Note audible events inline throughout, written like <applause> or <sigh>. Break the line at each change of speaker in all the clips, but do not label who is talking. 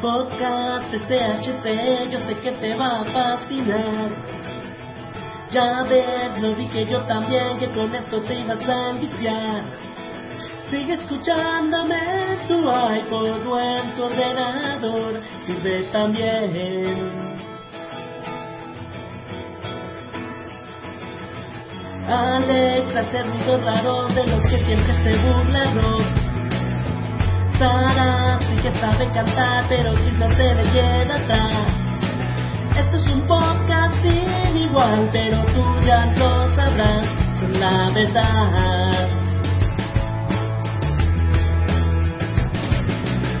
Podcast de CHC, yo sé que te va a fascinar. Ya ves, lo dije yo también que con esto te ibas a enviciar. Sigue escuchándome en tu iPod o en tu ordenador, sirve también. Alex hace ruidos raros de los que siempre se burlaron. Sara sí que sabe cantar, pero Chris no se le queda atrás. Esto es un podcast sin igual, pero tú ya lo sabrás, es la verdad.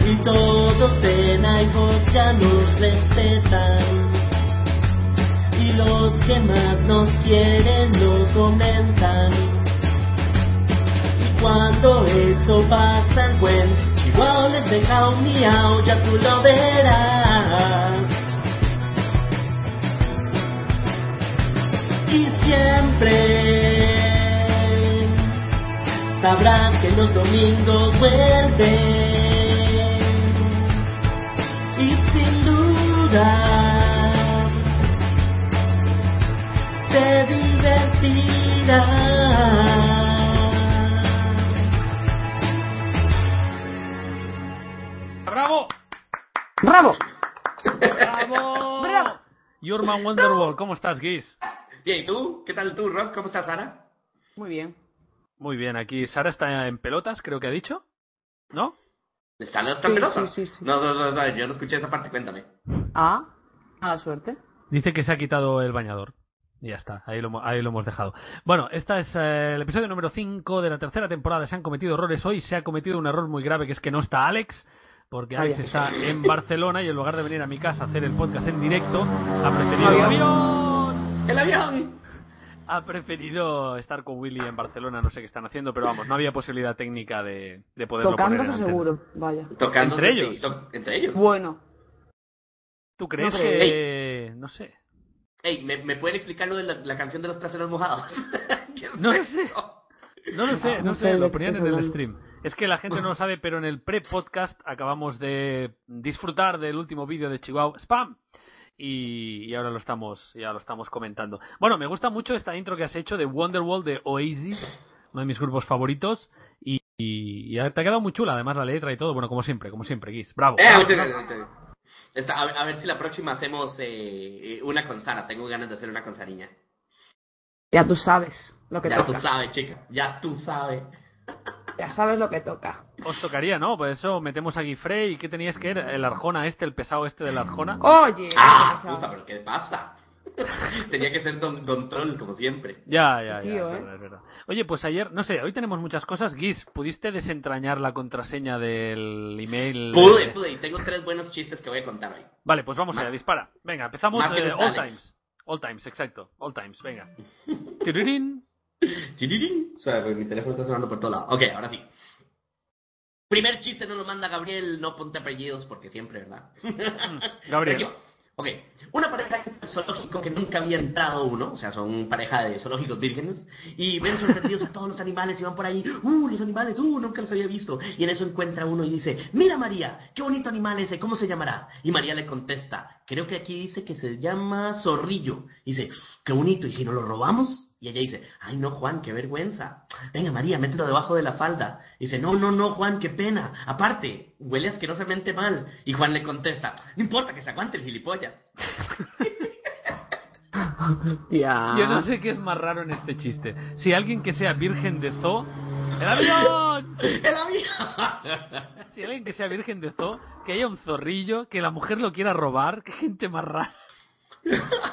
Y todos en iVoox ya nos respetan. Y los que más nos quieren lo comentan cuando eso pasa el buen chihuahua les deja un miau, ya tú lo verás. Y siempre sabrás que los domingos vuelven. Y sin duda te divertirás.
¡Bravo!
¡Bravo!
¡Bravo!
¡Bravo!
Yurma Wonderwall, ¿cómo estás, Guis?
Bien, ¿y tú? ¿Qué tal tú, Rob? ¿Cómo estás, Sara?
Muy bien.
Muy bien, aquí Sara está en pelotas, creo que ha dicho. ¿No?
¿Están las tan
Sí,
pelotas?
sí, sí, sí.
No, no, no, no, yo no escuché esa parte, cuéntame.
Ah, mala suerte.
Dice que se ha quitado el bañador. Y ya está, ahí lo, hemo- ahí lo hemos dejado. Bueno, este es eh, el episodio número 5 de la tercera temporada. Se han cometido errores. Hoy se ha cometido un error muy grave, que es que no está Alex, porque Alex
Vaya.
está en Barcelona y en lugar de venir a mi casa a hacer el podcast en directo, ha preferido...
Adiós.
¡Adiós!
¡El avión!
ha preferido estar con Willy en Barcelona, no sé qué están haciendo, pero vamos, no había posibilidad técnica de, de poderlo poner en
Tocándose
antena.
seguro, vaya.
Tocándose,
¿Entre ellos?
sí, to- entre ellos.
Bueno,
¿Tú crees
No creo.
que...? No sé.
Ey, ¿me, me pueden explicar lo de la, la canción de los traseros mojados? <laughs> ¿Qué es
No lo
eso?
sé. No lo sé, no,
No
sé,
sé de
lo
qué
ponían en
estás
el
hablando.
stream. Es que la gente no lo sabe, pero en el pre-podcast acabamos de disfrutar del último vídeo de Chihuahua Spam. Y, y ahora lo estamos ya lo estamos comentando. Bueno, me gusta mucho esta intro que has hecho de Wonderwall de Oasis, uno de mis grupos favoritos. Y, y- y te ha quedado muy chula, además la letra y todo. Bueno, como siempre, como siempre, Guis. Bravo.
Eh, muchas gracias, muchas gracias. Está- a, ver, a ver si la próxima hacemos eh, eh, una con Sara. Tengo ganas de hacer una con Sariña.
ya tú sabes lo que
Ya tú
toca.
sabes, chica. Ya tú sabes.
Ya sabes lo que toca.
Os tocaría, ¿no? Por eso metemos a Gifrey. ¿Y qué tenías que ir? El Arjona este, el pesado este del Arjona.
Oye,
¡Ah!
qué pesado.
Puta, pero ¿qué pasa? <laughs> Tenía que ser don, don Troll, como siempre.
Ya, ya, ya.
Tío,
es
¿eh?
verdad, es verdad. Oye, pues ayer, no sé, hoy tenemos muchas cosas. Guis, ¿pudiste desentrañar la contraseña del email?
Pude,
Eh,
pude. Y tengo tres buenos chistes que voy a contar hoy.
Vale, pues vamos
Ma-
allá, dispara. Venga, empezamos.
Más que
eh,
eres
all
Alex.
Times. All Times, exacto. All Times, venga. Tirirín.
Chirirín. O sea, pues, mi teléfono está sonando por todo lado. Ok, ahora sí. Primer chiste no lo manda Gabriel, no ponte apellidos porque siempre, ¿verdad? Aquí
Gabriel.
va. Ok, una pareja de zoológico que nunca había entrado uno, o sea, son pareja de zoológicos vírgenes, y ven sorprendidos a todos los animales y van por ahí, ¡uh, los animales! ¡uh, nunca los había visto! Y en eso encuentra uno y dice, ¡mira María! ¡Qué bonito animal ese! ¿Cómo se llamará? Y María le contesta, creo que aquí dice que se llama zorrillo. Y dice, ¡qué bonito! ¿Y si no lo robamos? Y ella dice, ay no, Juan, qué vergüenza. Venga, María, mételo debajo de la falda. Dice, no, no, no, Juan, qué pena. Aparte, huele asquerosamente mal. Y Juan le contesta, no importa que se aguante el gilipollas.
Hostia.
Yo no sé qué es más raro en este chiste. Si alguien que sea virgen de Zoo. ¡El avión!
<laughs> ¡El avión!
Si alguien que sea virgen de Zoo, que haya un zorrillo, que la mujer lo quiera robar, qué gente más rara.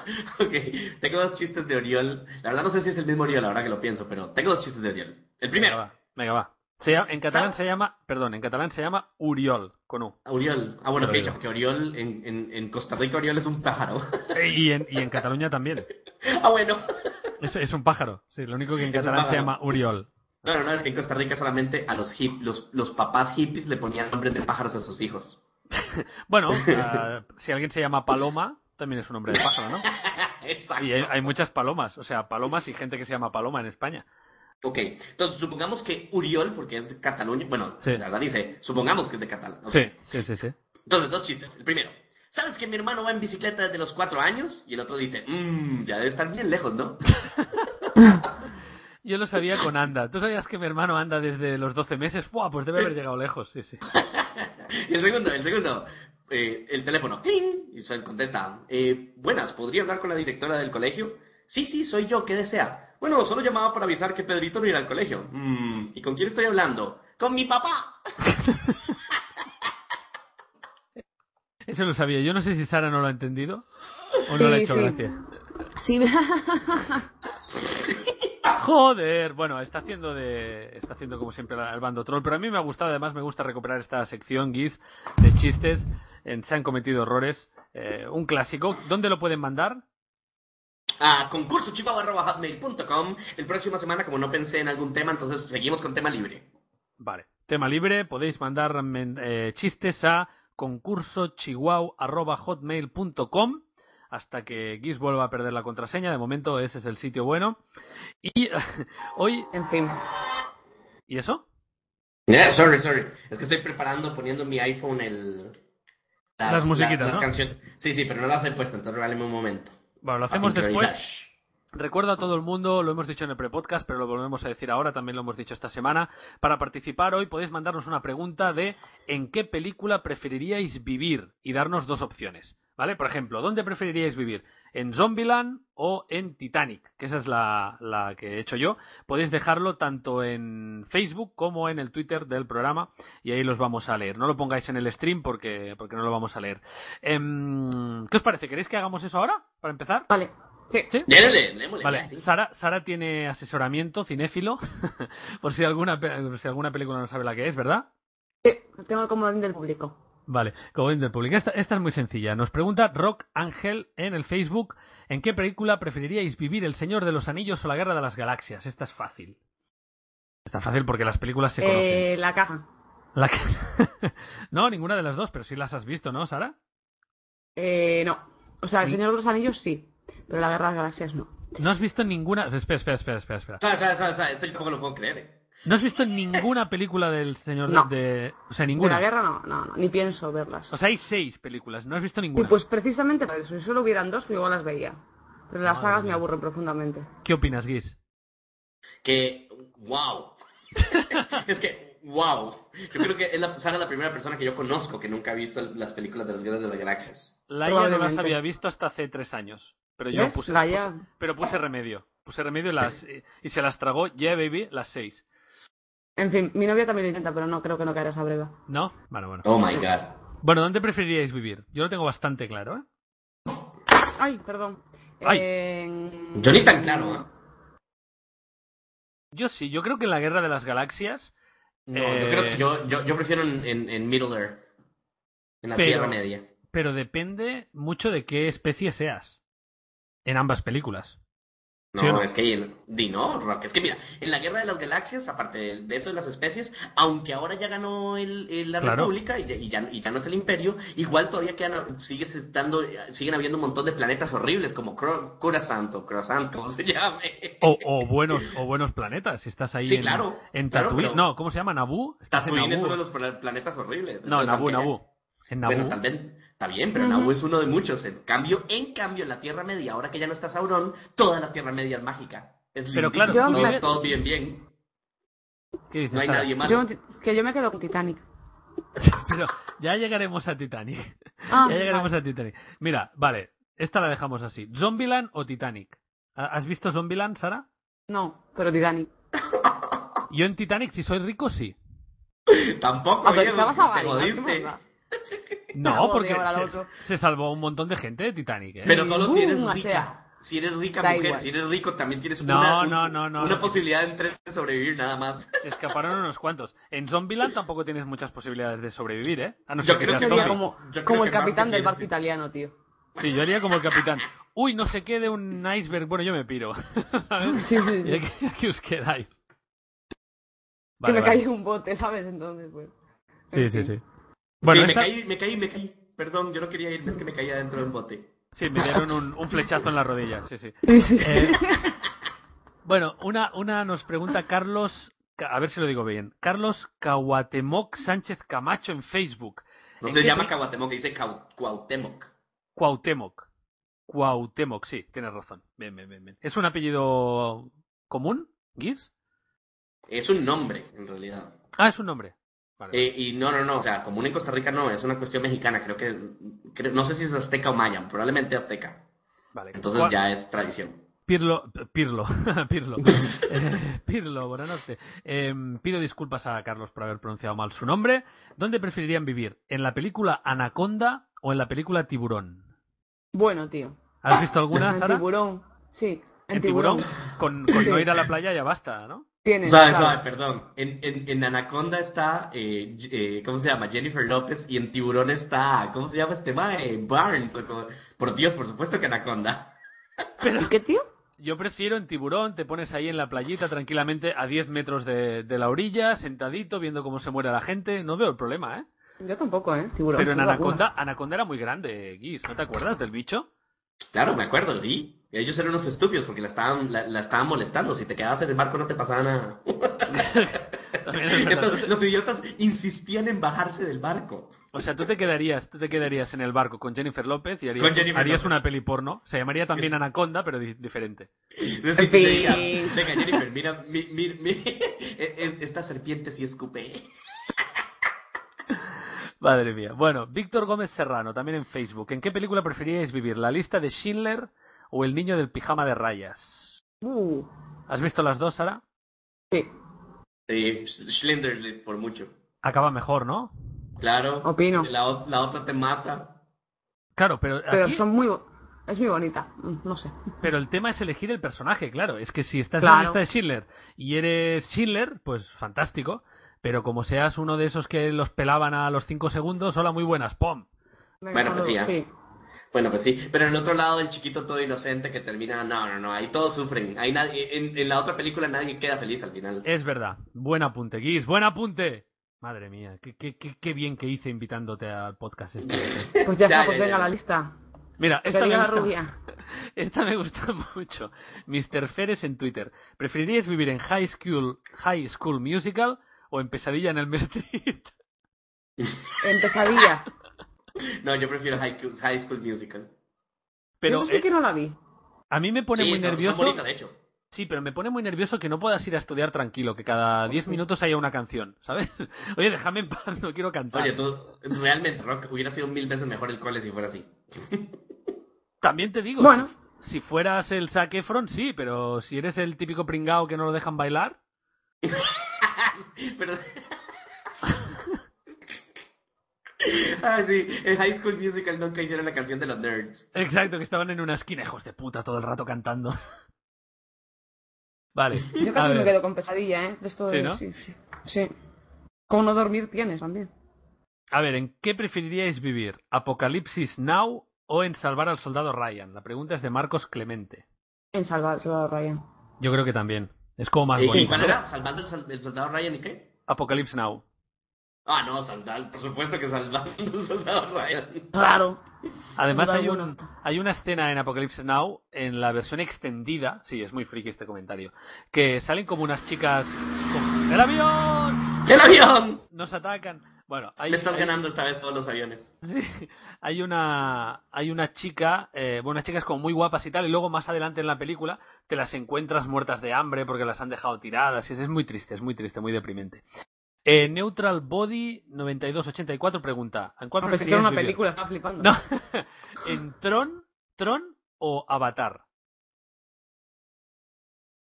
<laughs> ok, tengo dos chistes de Oriol. La verdad no sé si es el mismo Oriol ahora que lo pienso, pero tengo dos chistes de Oriol. El
Venga,
primero,
va. Venga, va. Se llama- en catalán se llama. Perdón, en catalán se llama Uriol, con U.
Oriol. Ah, bueno, que he
Oriol.
dicho, porque Oriol, en, en, en Costa Rica Oriol es un pájaro. <laughs>
Eh, Y en, y en Cataluña también.
ah, bueno.
Es, es un pájaro. Sí, lo único que en
Es un
catalán se
pájaro.
llama Uriol.
Claro, no, es que en Costa Rica solamente a los hip, los, los papás hippies le ponían nombres de pájaros a sus hijos. <laughs>
Bueno, ah, si alguien se llama Paloma, también es un nombre de pájaro, ¿no?
Exacto.
Y hay, hay muchas palomas, o sea, palomas y gente que se llama Paloma en España.
Ok, entonces supongamos que Uriol, porque es de Cataluña, bueno,
Sí.
la verdad dice, supongamos que es de Cataluña.
Sí, sí, sí, sí.
Entonces, dos chistes. El primero, ¿sabes que mi hermano va en bicicleta desde los cuatro años? Y el otro dice, mmm, ya debe estar bien lejos, ¿no?
Yo lo sabía con Anda. ¿Tú sabías que mi hermano anda desde los 12 meses? ¡Buah! Pues debe haber llegado lejos, sí, sí.
Y <laughs> el segundo, el segundo, eh, el teléfono, ¡cling! Y Sol contesta, eh, buenas, ¿podría hablar con la directora del colegio? Sí, sí, soy yo, ¿qué desea? Bueno, solo llamaba para avisar que Pedrito no irá al colegio. "Mm, ¿Y con quién estoy hablando? ¡Con mi papá!
Eso lo sabía. Yo no sé si Sara no lo ha entendido o no le ha
Sí,
hecho
sí.
gracia.
Sí.
Joder, bueno, está haciendo de, está haciendo como siempre al bando troll, pero a mí me ha gustado, además me gusta recuperar esta sección guis de chistes en se han cometido errores, eh, un clásico. ¿Dónde lo pueden mandar?
a concursochihuahua.hotmail.com. El próximo semana, como no pensé en algún tema, entonces seguimos con tema libre.
Vale, tema libre, podéis mandar men- eh, chistes a concursochihuahua.hotmail.com hasta que Guis vuelva a perder la contraseña, de momento ese es el sitio bueno. Y <laughs> hoy,
En fin.
¿y eso?
Yeah, Eh, sorry, sorry. Es que estoy preparando, poniendo en mi iPhone el...
Las musiquitas,
las
¿no?
canciones. Sí, sí, pero no las he puesto, entonces regáleme un momento.
Bueno, lo
para
hacemos después.
sincronizar.
Recuerdo a todo el mundo, lo hemos dicho en el prepodcast, pero lo volvemos a decir ahora, también lo hemos dicho esta semana. Para participar hoy podéis mandarnos una pregunta de ¿en qué película preferiríais vivir? y darnos dos opciones. ¿Vale? Por ejemplo, ¿dónde preferiríais vivir? ¿En Zombieland o en Titanic? Que esa es la, la que he hecho yo. Podéis dejarlo tanto en Facebook como en el Twitter del programa y ahí los vamos a leer. No lo pongáis en el stream porque, porque no lo vamos a leer. Em, ¿Qué os parece? ¿Queréis que hagamos eso ahora? Para empezar.
Vale. Sí.
¿Sí?
Démosle,
Pues
démosle,
Vale,
ya, sí.
Sara, Sara tiene asesoramiento cinéfilo, <laughs> por si alguna, pe- por si alguna película no sabe la que es, ¿verdad?
Sí, Tengo el comodín del público.
Vale, como dice el público. Esta, esta es muy sencilla. Nos pregunta Rock Ángel en el Facebook, ¿en qué película preferiríais vivir, El Señor de los Anillos o La Guerra de las Galaxias? Esta es fácil. Está fácil porque las películas se conocen.
Eh, la caja.
La que- <laughs> no, ninguna de las dos, pero sí las has visto, ¿no, Sara?
Eh, no. O sea, el
Sí.
Señor de los Anillos sí. Pero la Guerra de las Galaxias no.
No has visto ninguna... Espera, espera, espera, espera. espera.
Sabe, sabe, sabe, sabe, Esto yo tampoco lo puedo creer. eh.
¿No has visto ninguna película del Señor de-
No.
de... O sea,
De la
ninguna.
guerra no, no, no, Ni pienso verlas.
O sea, hay seis películas, no has visto
Sí,
ninguna.
pues precisamente por eso. Si solo hubieran dos, pues igual las veía. Pero las
Madre
sagas me
mía.
aburren profundamente.
¿Qué opinas, Guis?
Que, wow. <laughs> es que, wow. Yo creo que es la, Sara es la primera persona que yo conozco que nunca ha visto el- las películas de las guerras de las galaxias.
Laia no las
Probablemente.
había visto hasta hace tres años. Pero yo
¿Ves?
puse,
Gaia.
puse- Pero puse remedio. Puse remedio y,
<laughs>
las, y- y se las tragó, yeah baby, las seis.
En fin, mi novia también lo intenta, pero no creo que no caerá esa breva.
¿No? Bueno, bueno.
Oh my god.
Bueno, ¿dónde preferiríais vivir? Yo lo tengo bastante claro, ¿eh?
Ay, perdón.
Ay.
En-
Yo ni tan claro, ¿eh?
Yo sí, yo creo que en la Guerra de las Galaxias.
No,
eh,
yo creo que yo, yo, yo prefiero en, en, en Middle Earth. En la
Pero-
Tierra Media.
Pero depende mucho de qué especie seas. En ambas películas.
No,
¿Sí o no?
es que el- di no, Rock. Es que mira, en la Guerra de las Galaxias, aparte de, de eso de las especies, aunque ahora ya ganó el, el- la
Claro.
República y, ya- y ya, y ya no es el Imperio, igual todavía quedan, sigue estando, siguen habiendo un montón de planetas horribles como Cro- Coruscant o Croissant, como se llame.
O, o buenos o buenos planetas. Si estás ahí
Sí,
en,
claro,
en
claro,
Tatooine.
pero-
No, ¿cómo se llama? ¿Nabú? Estás en
Tatooine es
Naboo.
uno de los pla- planetas horribles.
No,
Entonces,
Nabú,
aunque-
Nabú. En Nabú.
Bueno, tal vez, está bien, pero Naboo es uno de muchos. En cambio, en cambio, en la Tierra Media, ahora que ya no está Sauron, toda la Tierra Media es mágica. Es
Pero claro,
lindísimo,
tú
todo-
vives-
todo bien, bien.
¿Qué dices,
No hay
Sara?
nadie malo.
Yo- que yo me quedo con Titanic.
<laughs> Pero ya llegaremos a Titanic.
Ah,
ya llegaremos
vale.
a Titanic. Mira, vale. Esta la dejamos así. ¿Zombieland o Titanic? ¿Ha- ¿Has visto Zombieland, Sara?
No, pero Titanic.
Yo en Titanic, si soy rico, sí.
Tampoco, Diego,
Autorizabas a
te
Bali,
jodiste.
máximo,
No,
Bravo,
porque
Diego, la
se,
loco.
se salvó un montón de gente de Titanic. ¿eh?
Pero solo si eres
Ninguna
rica.
sea.
Si eres rica
Da
mujer,
igual.
si eres rico también tienes
No,
una, un-
no, no, no,
una
no.
posibilidad de entre- de sobrevivir nada más.
Se escaparon unos cuantos. En Zombieland tampoco tienes muchas posibilidades de sobrevivir, ¿eh? A no
Yo
ser que
creo
seas
Yo
que
sería
zombie.
como,
Yo creo
como
que
el
más
capitán
que
del
sí,
barco
sí.
italiano, tío.
Sí, yo haría como el capitán. Uy, no sé qué de un iceberg. Bueno, yo me piro. <laughs> ¿Sabes?
Sí, sí,
¿Y
sí.
aquí, aquí os quedáis?
que
Vale,
me
vale.
caí en un bote, ¿sabes? Entonces, pues.
Sí,
en
sí,
fin.
sí. Bueno,
Sí,
esta-
me caí, me caí, me caí. Perdón, yo no quería irme, es que me caí adentro de un bote.
sí, me dieron un, un flechazo en la rodilla. Sí, sí.
Sí, sí. <laughs>
Eh, bueno, una, una nos pregunta Carlos, Ca- a ver si lo digo bien, Carlos Cahuatemoc Sánchez Camacho en Facebook.
No
¿En
se
qué
llama
ri-
Caguatemoc, se dice Cau- Cuauhtémoc.
Cuauhtémoc. Cuauhtémoc, sí, tienes razón. Bien, bien, bien. bien. ¿Es un apellido común, Guis?
Es un nombre, en realidad.
Ah, es un nombre. Vale.
Eh, y no, no, no, o sea, común en Costa Rica no, es una cuestión mexicana, creo que, creo- no sé si es azteca o maya, probablemente azteca.
vale.
Entonces
Cua-
ya es tradición.
Pirlo, Pirlo, <laughs> Pirlo. Eh, Pirlo, buenas noches. Eh, pido disculpas a Carlos por haber pronunciado mal su nombre. ¿Dónde preferirían vivir? ¿En la película Anaconda o en la película Tiburón?
Bueno, tío.
¿Has visto alguna,
En
Sara?
tiburón. Sí, en,
En tiburón. Con, con no
Sí.
ir a la playa ya basta, ¿no?
Tienes.
Suave,
claro.
suave, perdón. En, en, en Anaconda está, eh, J- eh, ¿cómo se llama? Jennifer López. Y en Tiburón está, ¿cómo se llama este mae? Barnes. o como- Por Dios, por supuesto que Anaconda.
¿Y qué, tío?
Yo prefiero en tiburón, te pones ahí en la playita tranquilamente a 10 metros de, de la orilla, sentadito, viendo cómo se muere la gente. No veo el problema, ¿eh?
Yo tampoco, ¿eh? Tiburón.
Pero en
sin duda alguna.
Anaconda, Anaconda era muy grande, Guis. ¿No te acuerdas del bicho?
Claro, me acuerdo, sí. Ellos eran unos estúpidos porque la estaban, la, la estaban molestando. Si te quedabas en el barco no te pasaba nada.
También es verdad.
Entonces, los idiotas insistían en bajarse del barco.
O sea, tú te quedarías, tú te quedarías en el barco con Jennifer López y harías,
Con Jennifer
harías
López.
una peli porno. Se llamaría también Anaconda, pero di- diferente.
Entonces,
En
te decía,
fin.
Venga, Jennifer, mira, mi, mi- <laughs> mi- e- e- esta serpiente sí escupe.
Madre mía. Bueno, Víctor Gómez Serrano, también en Facebook. ¿En qué película preferiríais vivir? ¿La lista de Schindler o El niño del pijama de rayas?
Uh,
¿Has visto las dos, Sara?
sí,
Eh, Schindler's por mucho.
Acaba mejor, ¿no?
Claro.
Opino.
La, ot- la otra te mata.
Claro, pero,
pero
aquí-
son muy. bo- Es muy bonita. Mm, No sé.
pero el tema es elegir el personaje, claro. Es que si estás en
Claro.
la lista de Schindler y eres Schindler, pues fantástico. Pero como seas uno de esos que los pelaban a los cinco segundos, hola, muy buenas, ¡pum!
Venga,
Bueno, pues
saludos,
sí, ya. Bueno, pues sí. Pero en el otro lado, el chiquito todo inocente que termina. No, no, no. Ahí todos sufren. Ahí nadie, en, en la otra película nadie queda feliz al final.
Es verdad. Buen apunte, Guis. Buen apunte. Madre mía, qué, qué- qué- qué bien que hice invitándote al podcast este.
Pues ya,
Ya,
está,
ya,
pues
ya, ya.
venga la lista.
Mira,
Que
esta me,
diga la
gusta,
rubia.
<laughs> esta me gusta mucho. Mr. Feres en Twitter. ¿Preferirías vivir en High School, High School Musical o en Pesadilla en el Street? <laughs>
En pesadilla.
No, yo prefiero High, High School Musical.
Pero
Eso sí
eh,
que no la vi.
a mí me pone
sí,
muy
son- son
nervioso.
bonitas, de hecho.
Sí, pero me pone muy nervioso que no puedas ir a estudiar tranquilo, que cada
Pues
10
sí.
minutos haya una canción, ¿sabes? <laughs> Oye, déjame en paz, no quiero cantar.
Oye, tú, realmente, Rock, hubiera sido mil veces mejor el cole si fuera así. <laughs>
También te digo,
Bueno.
si, si fueras el Zac Efron, sí, pero si eres el típico pringao que no lo dejan bailar,
Pero... <laughs> ah, sí. En High School Musical nunca hicieron la canción de los nerds.
exacto, que estaban en una esquina, hijos de puta, todo el rato cantando. Vale.
<laughs> Yo
a
casi me
ver.
quedo con pesadilla, ¿eh? De esto
Sí,
de-
¿no?
sí, sí. Sí. Como no dormir tienes también.
A ver, ¿en qué preferiríais vivir? ¿Apocalipsis Now o en Salvar al Soldado Ryan? La pregunta es de Marcos Clemente.
En salvar, salvar a Ryan.
Yo creo que también. Es como más
Eh, ¿Y
bonito.
cuál
¿no?
era? ¿Salvando el, sol- el soldado Ryan y qué?
Apocalypse Now.
Ah, no, saldar, por supuesto que salvando al soldado Ryan.
Claro.
Además
Duda
hay, un,
alguna.
hay una escena en Apocalypse Now, en la versión extendida, sí, es muy friki este comentario, que salen como unas chicas... con- ¡El avión!
¡El avión!
¡Nos atacan! Bueno, hay,
Me estás
hay-
ganando esta vez todos los aviones.
<laughs> sí, hay una hay una chica, eh, bueno, unas chicas como muy guapas y tal, y luego más adelante en la película te las encuentras muertas de hambre porque las han dejado tiradas, y es, es muy triste, es muy triste, muy deprimente. Eh, Neutral Body 9284 pregunta, ¿en cuál
A pesar que
preferirías
era una
vivir?
película, estaba flipando.
No. <laughs> en Tron ¿Tron o Avatar?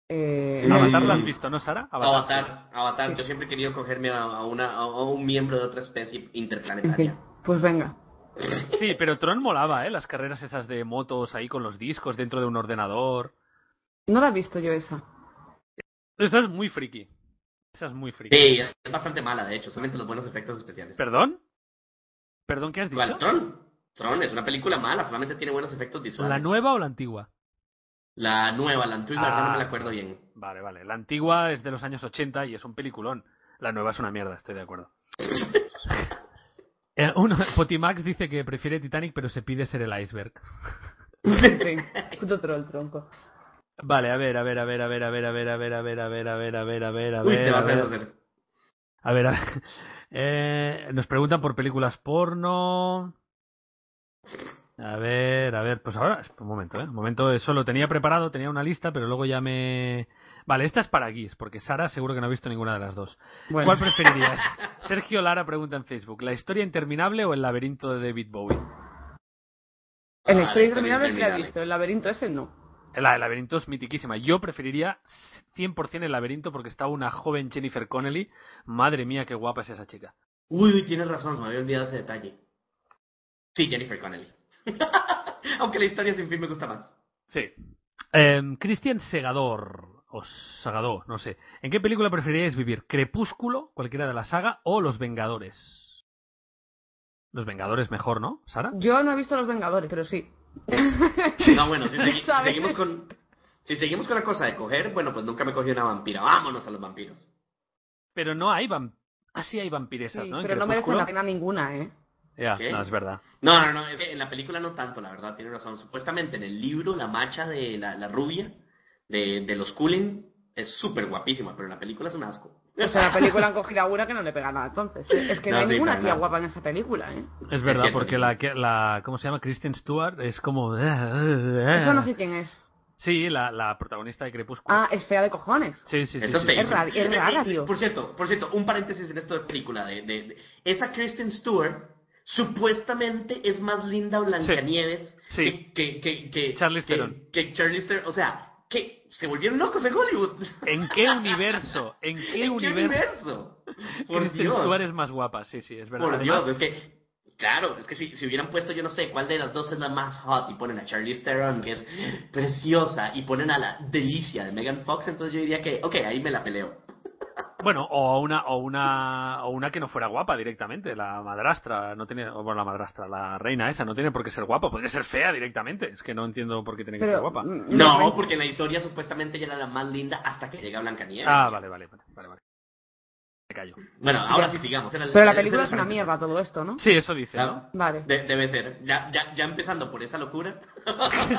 Eh,
Avatar la has visto, ¿no, Sara?
Avatar, Avatar. Yo siempre he querido cogerme a, a una, a un miembro de otra especie
en fin,
interplanetaria.
pues venga.
sí. Sí, pero Tron molaba, ¿eh? Las carreras esas de motos ahí con los discos dentro de un ordenador.
No la he visto yo esa.
Esa es muy friki. Esa es muy friki.
Sí, es bastante mala, de hecho, solamente los buenos efectos especiales.
¿Perdón? ¿Perdón qué has dicho?
Igual, Tron. Tron es una película mala, solamente tiene buenos efectos visuales.
¿La nueva o la antigua?
La nueva, la antigua, la verdad
Ah.
no me la acuerdo bien.
Vale, vale. La antigua es de los años 80 y es un peliculón. La nueva es una mierda, estoy de
<laughs>
acuerdo. Eh, uno, Potimax dice que prefiere Titanic, pero se pide ser el iceberg. <laughs>
Sí, puto troll, tronco.
Vale, a ver, a ver, a ver, a ver, a ver, a ver, a ver, a ver, a ver, a ver, a ver, a ver, a
Uy, te
ver, a
vas a
ver.
deshacer.
A ver, a ver. <laughs> Eh, nos preguntan por películas porno. A ver, a ver, pues ahora, espera un momento, ¿eh? Un momento, eso lo tenía preparado, tenía una lista, pero luego ya me... Vale, esta es para Guis, porque Sara seguro que no ha visto ninguna de las dos.
Bueno,
¿Cuál
<laughs>
preferirías? Sergio Lara pregunta en Facebook, ¿la historia interminable o el laberinto de David Bowie?
el
Ah,
historia
la
interminable sí la he
interminable.
visto, el laberinto ese no.
La del laberinto es mitiquísima. Yo preferiría 100% el laberinto porque estaba una joven Jennifer Connelly. Madre mía, qué guapa es esa chica.
Uy, uy, tienes razón, se me había olvidado ese detalle. Sí, Jennifer Connelly. <laughs> Aunque la historia sin fin me gusta más.
Sí. Em, Cristian Segador, o Sagadó, no sé. ¿En qué película preferiríais vivir? ¿Crepúsculo, cualquiera de la saga, o Los Vengadores? Los Vengadores mejor, ¿no, Sara?
Yo no he visto Los Vengadores,
<laughs>
pero sí.
No, bueno, si, segui- si
¿Sabes?
seguimos con. Si seguimos con la cosa de coger, bueno, pues nunca me cogí una vampira. Vámonos a los vampiros.
Pero no hay vampiresas, Ah, sí hay vampiresas,
Sí,
¿no? En
pero no merece la
Crepúsculo.
pena ninguna, ¿eh?
Ya,
¿Qué?
no, es verdad.
No, no, no, es que en la película no tanto, la verdad, tiene razón. Supuestamente en el libro, la macha de la, la rubia de, de los Cullen es súper guapísima, pero en la película es un asco.
O sea, la película han cogido a una que no le pega nada, entonces. Es
<laughs>
que no,
No,
hay
sí,
ninguna
para
tía
nada.
guapa en esa película, ¿eh?
Es verdad,
cierto.
porque la, que- la. ¿Cómo se llama? Kristen Stewart es como. Ah.
Eso no sé quién es.
Sí, la, la protagonista de Crepúsculo.
Ah, es fea de cojones.
sí, sí, sí.
Eso es
sí.
Es
feísimo.
rara- es rara,
Eh, eh,
tío.
Por cierto, por cierto, un paréntesis en esto de película. De, de- de- esa Kristen Stewart supuestamente es más linda Blancanieves
Sí.
que, que, que, que
Charlize
que-
Theron.
que Charlize Theron. O sea, que se volvieron locos en Hollywood.
¿En qué universo? ¿En qué
<laughs> ¿En
universo?
Por
Kristen
Dios.
Stewart es más guapa, sí, sí, es verdad.
Por
Además,
Dios, es que. Claro, es que si, si hubieran puesto, yo no sé, cuál de las dos es la más hot y ponen a Charlize Theron, que es preciosa, y ponen a la delicia de Megan Fox, entonces yo diría que, ok, ahí me la peleo.
Bueno, o una, o una, o una que no fuera guapa directamente, la madrastra, no tiene, o, bueno, la madrastra, la reina esa, no tiene por qué ser guapa, podría ser fea directamente, es que no entiendo por qué tiene que ser guapa.
mm,
No, porque en la historia supuestamente ella era la más linda hasta que llega Blancanieves.
Ah, vale, vale, vale, vale, vale. Me callo.
Bueno, ahora sí sigamos. era el-
Pero la
era el
película es una
paréntesis.
mierda todo esto, ¿no?
Sí, eso dice, ¿no?
Claro. <laughs>
Vale.
De- debe ser. Ya, ya, ya empezando por esa locura.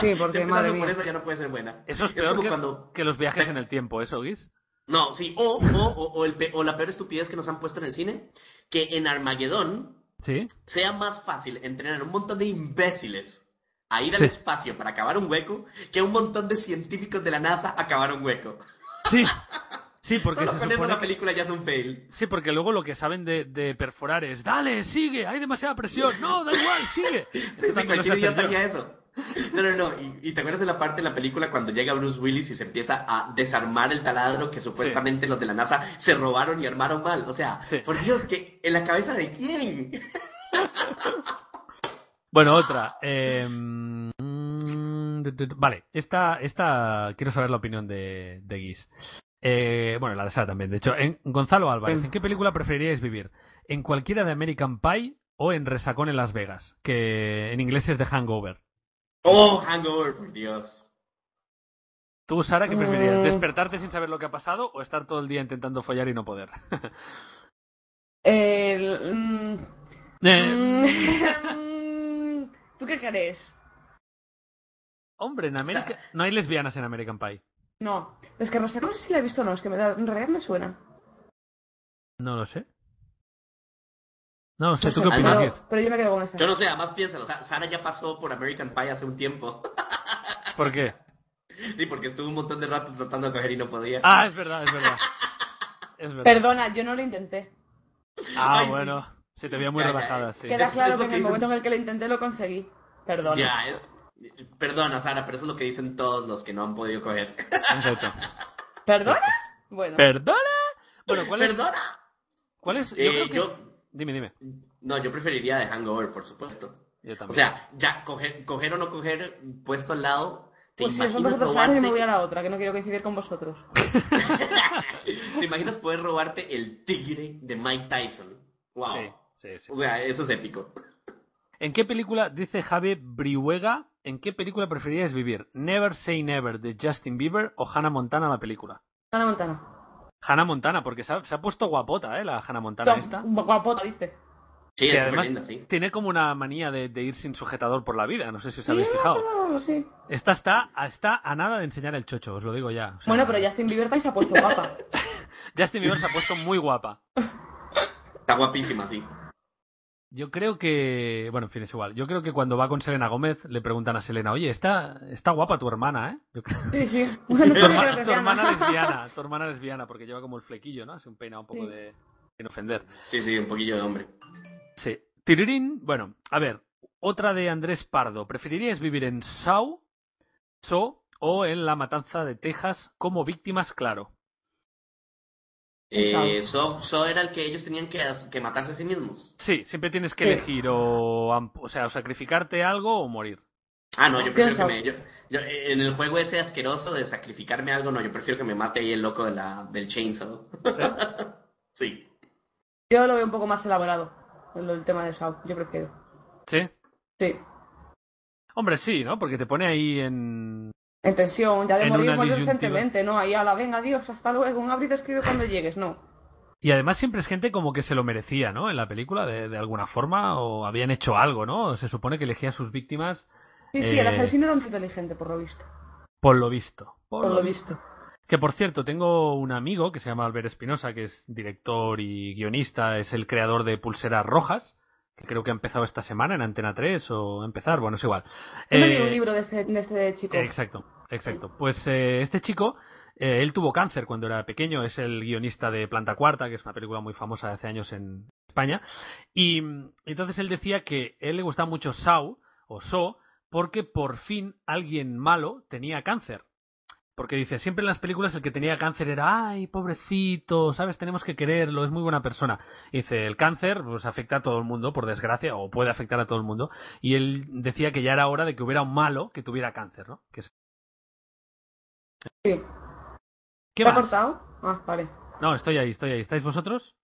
Sí,
ya
porque
empezando
madre
por
mía.
eso ya no puede ser buena.
Eso es
como
peor que,
cuando...
que los viajes
Sí.
en el tiempo, ¿eso, Guis?
No, sí, o, o, o, o el pe- o la peor estupidez que nos han puesto en el cine, que en Armagedón
Sí.
sea más fácil entrenar a un montón de imbéciles a ir al
Sí.
espacio para acabar un hueco que a un montón de científicos de la NASA acabar un hueco.
Sí.
<laughs>
Sí, porque
Solo
se
con eso
supone
la
que-
película ya es un fail.
Sí, porque luego lo que saben de, de perforar es, dale, sigue, hay demasiada presión, no, da igual, sigue.
<laughs> Sí,
Esto
sí,
también lo sé
cualquier idiota
hacer yo.
haría eso. No, no, no. Y, y te acuerdas de la parte de la película cuando llega Bruce Willis y se empieza a desarmar el taladro que supuestamente los de la NASA se robaron y armaron mal. O sea,
Sí.
por Dios, que ¿en la cabeza de quién?
Bueno, otra. Eh, mm, du- du- du- vale, esta, esta quiero saber la opinión de, de Guis. Eh, bueno, la de Sara también. De hecho, en, Gonzalo Álvarez,
Sí.
¿en qué película preferiríais vivir? ¿En cualquiera de American Pie o en Resacón en Las Vegas? Que en inglés es de Hangover.
Oh, Hangover, por Dios.
¿Tú, Sara, qué preferirías?
Mm.
¿Despertarte sin saber lo que ha pasado o estar todo el día intentando follar y no poder? <laughs>
El, mm,
Eh,
mm, <laughs> ¿Tú qué crees?
hombre, en América... No hay lesbianas en American Pie.
No, es que no sé, no sé si la he visto o no, es que me da, en realidad me suena.
No lo sé. No lo sé. ¿Tú qué
No sé,
opinas?
además-
Guis?
pero, pero yo me quedo con esa.
Yo no sé, además piénsalo. Sa- Sara ya pasó por American Pie hace un tiempo. <laughs>
¿Por qué?
Sí, porque estuvo un montón de rato tratando de coger y no podía.
Ah, es verdad, es verdad. Es verdad.
Perdona, yo no lo intenté.
Ah,
Ay, sí.
bueno. Se te veía muy
Ya, ya,
relajada,
ya.
sí.
Queda
Es-
claro
es
que
lo
en
que
el
hizo-
momento en el que lo intenté lo conseguí. Perdona.
Ya, es, Perdona, Sara, pero eso es lo que dicen todos los que no han podido coger.
Exacto.
¿Perdona? Bueno.
¿Perdona? Bueno, ¿cuál es?
<laughs> ¡Perdona!
¿Cuál es? Yo
Eh,
creo que-
yo-
Dime, dime.
No, yo preferiría de Hangover, por supuesto.
Yo
O
también.
sea, ya coger, coger o no coger puesto al lado, te
Pues si son
imaginas
vosotros sabes, me voy a
robarse-
la otra, que no quiero coincidir con vosotros.
<laughs> ¿Te imaginas poder robarte el tigre de Mike Tyson? Wow.
Sí, sí, sí.
O sea, eso es épico.
¿En qué película, dice Javi Brihuega, en qué película preferirías vivir? ¿Never Say Never de Justin Bieber o Hannah Montana la película?
Ana Montana.
Hannah Montana, porque se ha, se ha puesto guapota, ¿eh? La Hannah Montana esta.
Guap- Guapota, dice.
Que
Sí, es súper
además
linda, sí.
tiene como una manía de, de ir sin sujetador por la vida, no sé si os
Sí,
habéis
no,
fijado.
no, no, sí.
Esta está, está a nada de enseñar el chocho, os lo digo ya. O sea,
Bueno, pero Justin Bieber también se ha puesto guapa.
Justin Bieber se ha puesto muy guapa.
Está guapísima, sí.
Yo creo que. Bueno, en fin, es igual. Yo creo que cuando va con Selena Gómez le preguntan a Selena, oye, está, está guapa tu hermana, ¿eh? Yo creo-
<laughs> Sí, sí.
Tu
<laughs> Bueno,
tu,
sí,
herma-
creo que
tu
sí,
hermana
Ana.
lesbiana, tu hermana lesbiana, porque lleva como el flequillo, ¿no? Hace un peinado un poco
Sí.
de. sin ofender.
Sí, sí, un poquillo de hombre.
Sí. Tirirín, bueno, a ver, otra de Andrés Pardo. ¿Preferirías vivir en Sau, So o en la matanza de Texas como víctimas, claro?
Eh, so, so era el que ellos tenían que, as- que matarse a sí mismos.
Sí, siempre tienes que
Sí.
elegir o, am- o sea, o sacrificarte algo o morir.
Ah, no, yo prefiero que
Piensa.
me. Yo, yo- eh, en el juego ese asqueroso de sacrificarme algo, no, yo prefiero que me mate ahí el loco de la, del chainsaw. <laughs> Sí.
Yo lo veo un poco más elaborado, el, el tema de Shaw, yo prefiero.
Sí.
Sí.
Hombre, sí, ¿no? Porque te pone ahí en...
En tensión, ya de
En
morir
una
muy
disyuntiva.
urgentemente, no, ahí a la venga, adiós, hasta luego, un abril te escribe cuando llegues, no.
Y además siempre es gente como que se lo merecía, ¿no? En la película, de, de alguna forma, o habían hecho algo, ¿no? Se supone que elegía a sus víctimas
Sí, sí,
Eh.
el asesino era un tío inteligente, por lo visto.
por lo visto.
Por lo visto.
Que por cierto, tengo un amigo que se llama Albert Espinosa, que es director y guionista, es el creador de Pulseras Rojas, que creo que ha empezado esta semana en Antena 3 o a empezar, bueno, es igual.
Yo me
Eh,
leí un libro de este, de este chico.
Exacto, exacto. Pues eh, este chico, eh, él tuvo cáncer cuando era pequeño, es el guionista de Planta Cuarta, que es una película muy famosa de hace años en España. Y mm, entonces él decía que él le gustaba mucho Sau o So porque por fin alguien malo tenía cáncer. Porque dice, siempre en las películas el que tenía cáncer era, ay, pobrecito, ¿sabes? Tenemos que quererlo, es muy buena persona. Y dice, el cáncer pues afecta a todo el mundo, por desgracia, o puede afectar a todo el mundo. Y él decía que ya era hora de que hubiera un malo que tuviera cáncer, ¿no? Que es-
Sí.
¿Qué
¿Te ha
más?
cortado? Ah, vale.
No, estoy ahí, estoy ahí. ¿Estáis vosotros?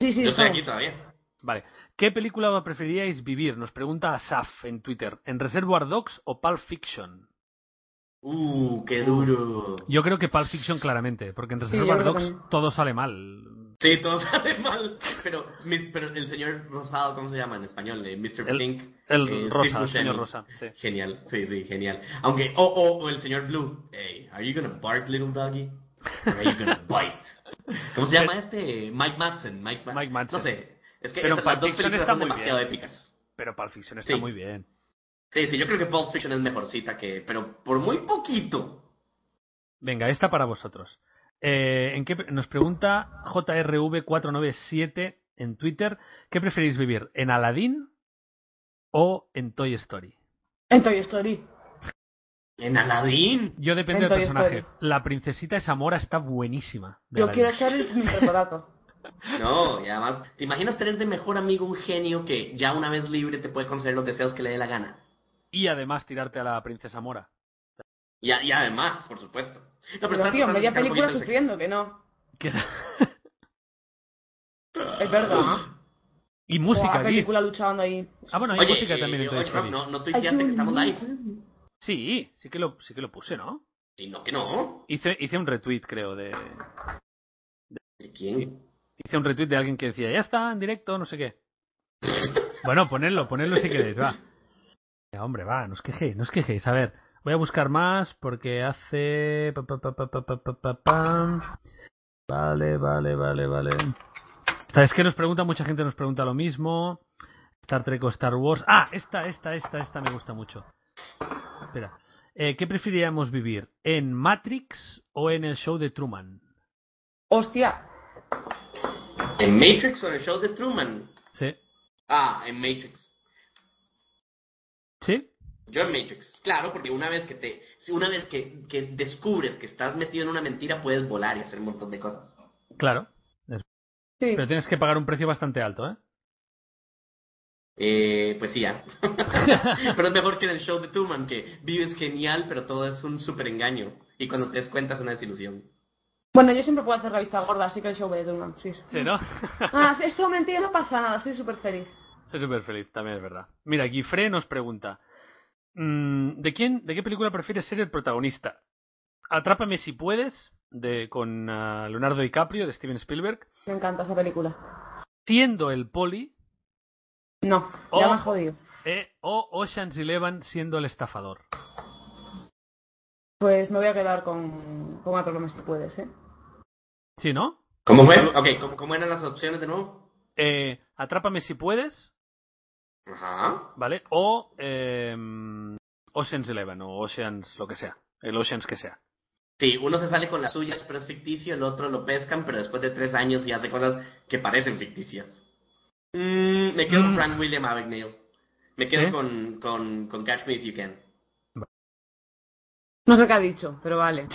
Sí, sí,
Yo estoy
estamos.
aquí todavía.
Vale. ¿Qué película preferiríais vivir? Nos pregunta Asaf en Twitter. ¿En Reservoir Dogs o Pulp Fiction?
Uh, qué duro.
Yo creo que Pulp Fiction claramente, porque en
yo
Reservoir
creo que
Dogs
también.
todo sale mal.
Sí, todo <laughs> sale mal. Pero, mis- pero el señor Rosado, ¿cómo se llama en español? Eh, Mr.
El-
Pink.
El
eh, Steve
Rosa, el
Buscemi.
señor Rosa. sí.
Genial, sí, sí, genial. Aunque, o o o el señor Blue. Hey, are you gonna bark, little doggy? Or are you
<laughs>
gonna bite? ¿Cómo se llama este? Mike Madsen. Mike, Ma-
Mike Madsen.
No sé. Es que
Pero
esas-
Pulp
las dos
Fiction
películas
está
son
muy
demasiado
bien.
épicas.
Pero Pulp Fiction está
Sí.
muy bien.
Sí, sí, yo creo que Pulp Fiction es mejorcita que... Pero por muy poquito.
Venga, esta para vosotros. Eh, ¿en qué pre- nos pregunta JRV497 en Twitter. ¿Qué preferís vivir? ¿En Aladdin o en Toy Story?
En Toy Story.
En Aladdin.
Yo depende
En
del
Toy
personaje.
Story.
La princesita esa mora está buenísima. de
Yo
Aladdin.
quiero ser
<laughs>
el micropodato.
No, y además, ¿te imaginas tener de mejor amigo un genio que ya una vez libre te puede conceder los deseos que le dé la gana?
Y además tirarte a la princesa <laughs> mora.
Y, a- y además, por supuesto. No,
Pero,
estaba
tío,
tratando de
media
sacar un
película
poquito el sexo.
sufriendo, que no.
Que-
Es verdad.
Ah. y música,
Buah,
Guis.
película luchando ahí. este
Ah, bueno, hay
Oye,
música también
eh,
en Toy
oye, Rob,
Story.
no, no tuiteaste que estamos live.
¿eh?
Sí, sí que, lo, sí que lo puse, ¿no?
Sí, no, que no.
Hice, hice un retweet, creo, de...
¿De quién?
Hice un retweet de alguien que decía, ya está, en directo, no sé qué. <laughs> bueno, ponedlo, ponedlo si queréis, va. Ya, hombre, va, no os quejéis, no os quejéis. A ver, voy a buscar más porque hace... pa, pa, pa, pa, pa, pa, pa, pa, pam. Vale, vale, vale, vale. Es que nos pregunta, mucha gente nos pregunta lo mismo. Star Trek o Star Wars. Ah, esta, esta, esta, esta me gusta mucho. Espera. Eh, ¿Qué preferiríamos vivir? ¿En Matrix o en el show de Truman?
Hostia,
¿En Matrix o en el show de Truman?
¿Sí?
Ah, en Matrix.
¿Sí?
Yo en Matrix, claro, porque una vez que te, si una vez que, que descubres que estás metido en una mentira, puedes volar y hacer un montón de cosas.
Claro.
Sí.
Pero tienes que pagar un precio bastante alto, ¿eh?
Eh, pues sí, ya. <laughs> pero es mejor que en el show de Truman, que vives genial, pero todo es un súper engaño. Y cuando te des cuenta es una desilusión.
Bueno, yo siempre puedo hacer la vista gorda, así que el show de Truman, sí.
Sí, ¿no? <laughs>
Ah, si es todo mentira, no pasa nada, soy súper feliz.
Soy súper feliz, también es verdad. Mira, Gifre nos pregunta: mm, ¿de, quién, ¿De qué película prefieres ser el protagonista? Atrápame si puedes, de, con ah, Leonardo DiCaprio, de Steven Spielberg.
Me encanta esa película.
Siendo el poli,
No,
Oh.
ya me han jodido.
eh, o Ocean's Eleven siendo el estafador.
Pues me voy a quedar con, con Atrápame si puedes, ¿eh?
¿Sí, no?
¿Cómo fue? Ok, ¿cómo, cómo eran las opciones de nuevo?
Eh, Atrápame si puedes,
Ajá.
¿vale? O eh, Ocean's Eleven, o Ocean's lo que sea. El Ocean's que sea.
Sí, uno se sale con las suyas, pero es ficticio, el otro lo pescan, pero después de tres años y hace cosas que parecen ficticias. Mm, me quedo
Mm.
con Frank William Abagnale. Me quedo
¿Eh?
con, con, con Catch Me If You
<laughs>
Can.
No sé qué ha dicho, pero vale.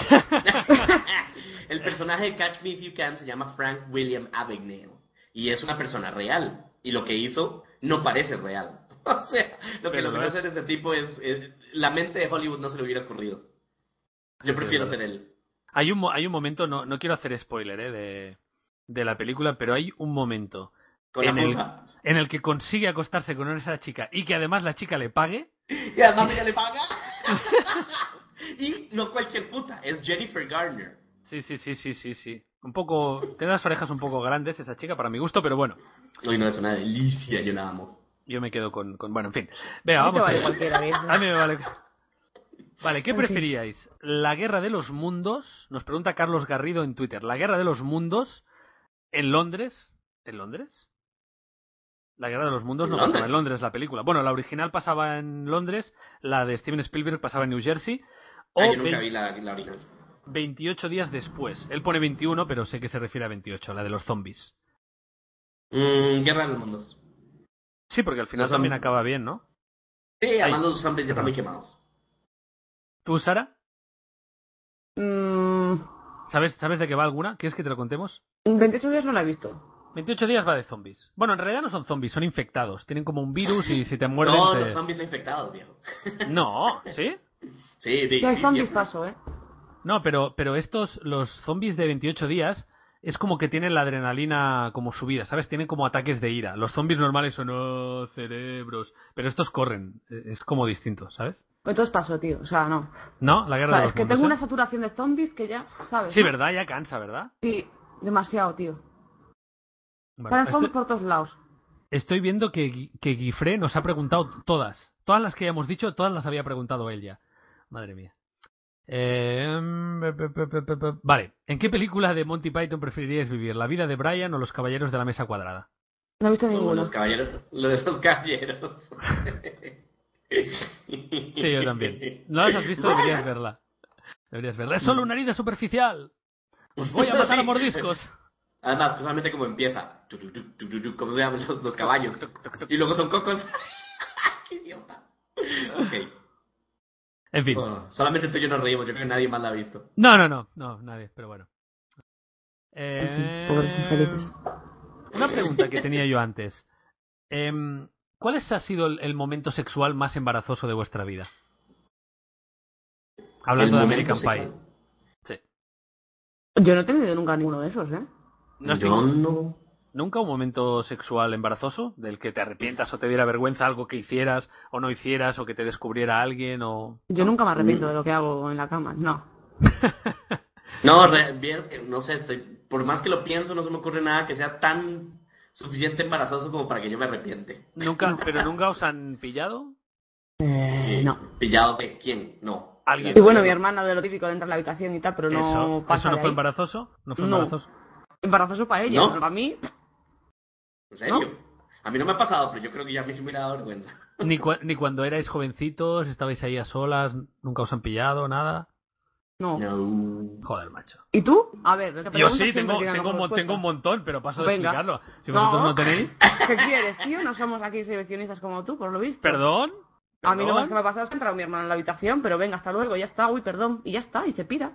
El personaje de Catch Me If You Can se llama Frank William Abagnale y es una persona real y lo que hizo no parece real. <laughs> O sea, lo que
Pero
logró
lo es.
hacer ese tipo es, es- la mente de Hollywood no se le hubiera ocurrido.
Sí,
Yo prefiero
sí,
ser él.
Hay un, mo- hay un momento, no, no quiero hacer spoiler eh, de, de la película, pero hay un momento
Con
En
la
el-
puta.
en el que consigue acostarse con esa chica y que además la chica le pague.
Y además ella le paga. <laughs> y no cualquier puta, es Jennifer Garner.
Sí, sí, sí, sí, sí, sí. Un poco. Tiene las orejas un poco grandes esa chica para mi gusto, pero bueno,
Uy, no, es una delicia, yo la amo.
yo me quedo con. con- bueno, en fin. Venga,
No te
vamos.
vale
allá.
cualquiera, ¿eh?
<laughs> A mí me vale. Vale, ¿qué
En fin.
preferíais? ¿La guerra de los mundos? Nos pregunta Carlos Garrido en Twitter. ¿La guerra de los mundos en Londres? ¿En Londres? La guerra de los mundos no
¿En
pasaba
Londres?
en Londres, la película. Bueno, la original pasaba en Londres, la de Steven Spielberg pasaba en New Jersey. O
Ah, yo nunca
vein-
vi la, la original.
28 días después. Él pone 21, pero sé que se refiere a 28, la de los zombies.
Mm, Guerra de los Mundos.
Sí, porque al final
Los zombies.
también acaba bien, ¿no?
Sí, además los hombres ya están muy quemados.
¿Tú, Sara?
Mm,
¿Sabes, ¿Sabes de qué va alguna? ¿Quieres que te lo contemos?
28 días no la he visto.
28 días va de zombies. Bueno, en realidad no son zombies, son infectados. Tienen como un virus y si te muerden...
Todos
te-
los zombies son infectados, viejo.
No, ¿sí?
Sí, sí,
Ya hay
sí,
zombies
siempre.
paso, ¿eh?
No, pero, pero estos, los zombies de 28 días, es como que tienen la adrenalina como subida, ¿sabes? Tienen como ataques de ira. Los zombies normales son, "Oh, cerebros. Pero estos corren, E-, es como distinto, ¿sabes?
Entonces paso, tío. O sea, no.
¿No? La
O
guerra
sea,
de
es
los
que
mundos,
tengo
¿eh?
una saturación de zombies que ya, ¿sabes?
Sí,
no?
¿verdad? Ya cansa, ¿verdad?
Sí, demasiado, tío.
Bueno,
Salen
estoy,
zombies por todos lados.
estoy viendo que, Gui- que Guifré nos ha preguntado todas. Todas las que ya hemos dicho, todas las había preguntado él ya. Madre mía. Eh, mm, pe- pe- pe- pe- pe- pe- vale, ¿en qué película de Monty Python preferiríais vivir? ¿La vida de Brian o Los Caballeros de la Mesa Cuadrada?
No he visto
Como
ninguno.
los caballeros. Lo de los caballeros.
Sí,
sí,
yo también. No las has visto,
<laughs>
deberías verla. Deberías verla. Es solo una herida superficial. Os voy a matar a
Sí.
mordiscos.
Además, solamente como empieza. Tu, tu, tu, tu, tu, tu, ¿Cómo se llaman los, los caballos? Y luego son cocos. <laughs> ¡Qué idiota! Ok.
En fin.
Oh, solamente tú y yo nos reímos. Yo creo que nadie más la ha visto.
No, no, no, no, nadie, pero bueno.
En
Eh,
fin, pobres infelices.
Una pregunta que tenía yo antes. Em, ¿Cuál es, ha sido el, el momento sexual más embarazoso de vuestra vida? Hablando
El
de
momento
American Pie.
sexual.
Yo no he tenido nunca ninguno de esos, ¿eh?
¿No has
Yo
tenido
no.
¿Nunca un momento sexual embarazoso del que te arrepientas o te diera vergüenza algo que hicieras o no hicieras o que te descubriera alguien o...
Yo nunca me
Mm.
arrepiento de lo que hago en la cama, no.
No, re- vieras que no sé. estoy- por más que lo pienso, no se me ocurre nada que sea tan suficiente embarazoso como para que yo me arrepiente.
Nunca, pero nunca os han pillado.
Eh, no.
¿Pillado de quién? No.
Alguien.
Y bueno, mi hermana de lo típico de entrar en la habitación y tal, pero no
eso,
pasa
¿eso no
de
fue
ahí.
embarazoso, no fue
No.
embarazoso.
Embarazoso para ella,
¿No?
pero para mí,
¿En serio? A mí no me ha pasado, pero yo creo que ya a mí sí me hubiera dado vergüenza.
Ni, cua- ni cuando erais jovencitos, estabais ahí a solas, nunca os han pillado, nada.
no.
No.
Joder, macho.
¿Y tú? A ver, esa
Yo
pregunta
sí,
siempre
tengo,
tiene
tengo,
mejor
un mon-
respuesta.
tengo un montón, pero paso de
Venga.
explicarlo. Si
No.
vosotros no tenéis.
¿Qué quieres, tío? No somos aquí seleccionistas como tú, por lo visto.
¿Perdón?
A mí lo
¿Perdón?
más que me ha pasado es que ha entrado mi hermano en la habitación, pero venga, hasta luego, ya está, uy, perdón, y ya está, y se pira.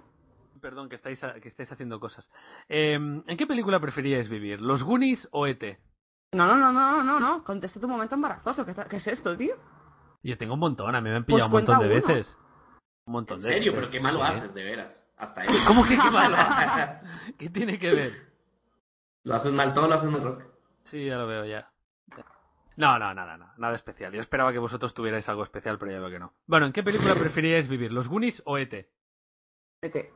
Perdón, que estáis, que estáis haciendo cosas. Eh, ¿En qué película preferíais vivir? ¿Los Goonies o E E.T.?
No, no, no, no, no, no, contesta tu momento embarazoso, ¿qué, está- qué es esto, tío?
Yo tengo un montón, a mí me han pillado un
Pues cuenta
montón de
uno.
veces. Un montón
En
Pues de
serio,
veces,
pero qué malo
sí.
haces, de veras.
<laughs>
Hasta ahí.
¿Cómo que qué malo? ¿Qué tiene que ver?
<laughs> lo haces mal, todo lo haces mal, Rock.
Sí, ya lo veo ya. No, no, nada, nada, nada especial. Yo esperaba que vosotros tuvierais algo especial, pero ya veo que no. Bueno, ¿en qué película preferíais vivir? ¿Los Goonies o E E.T.?
Vete.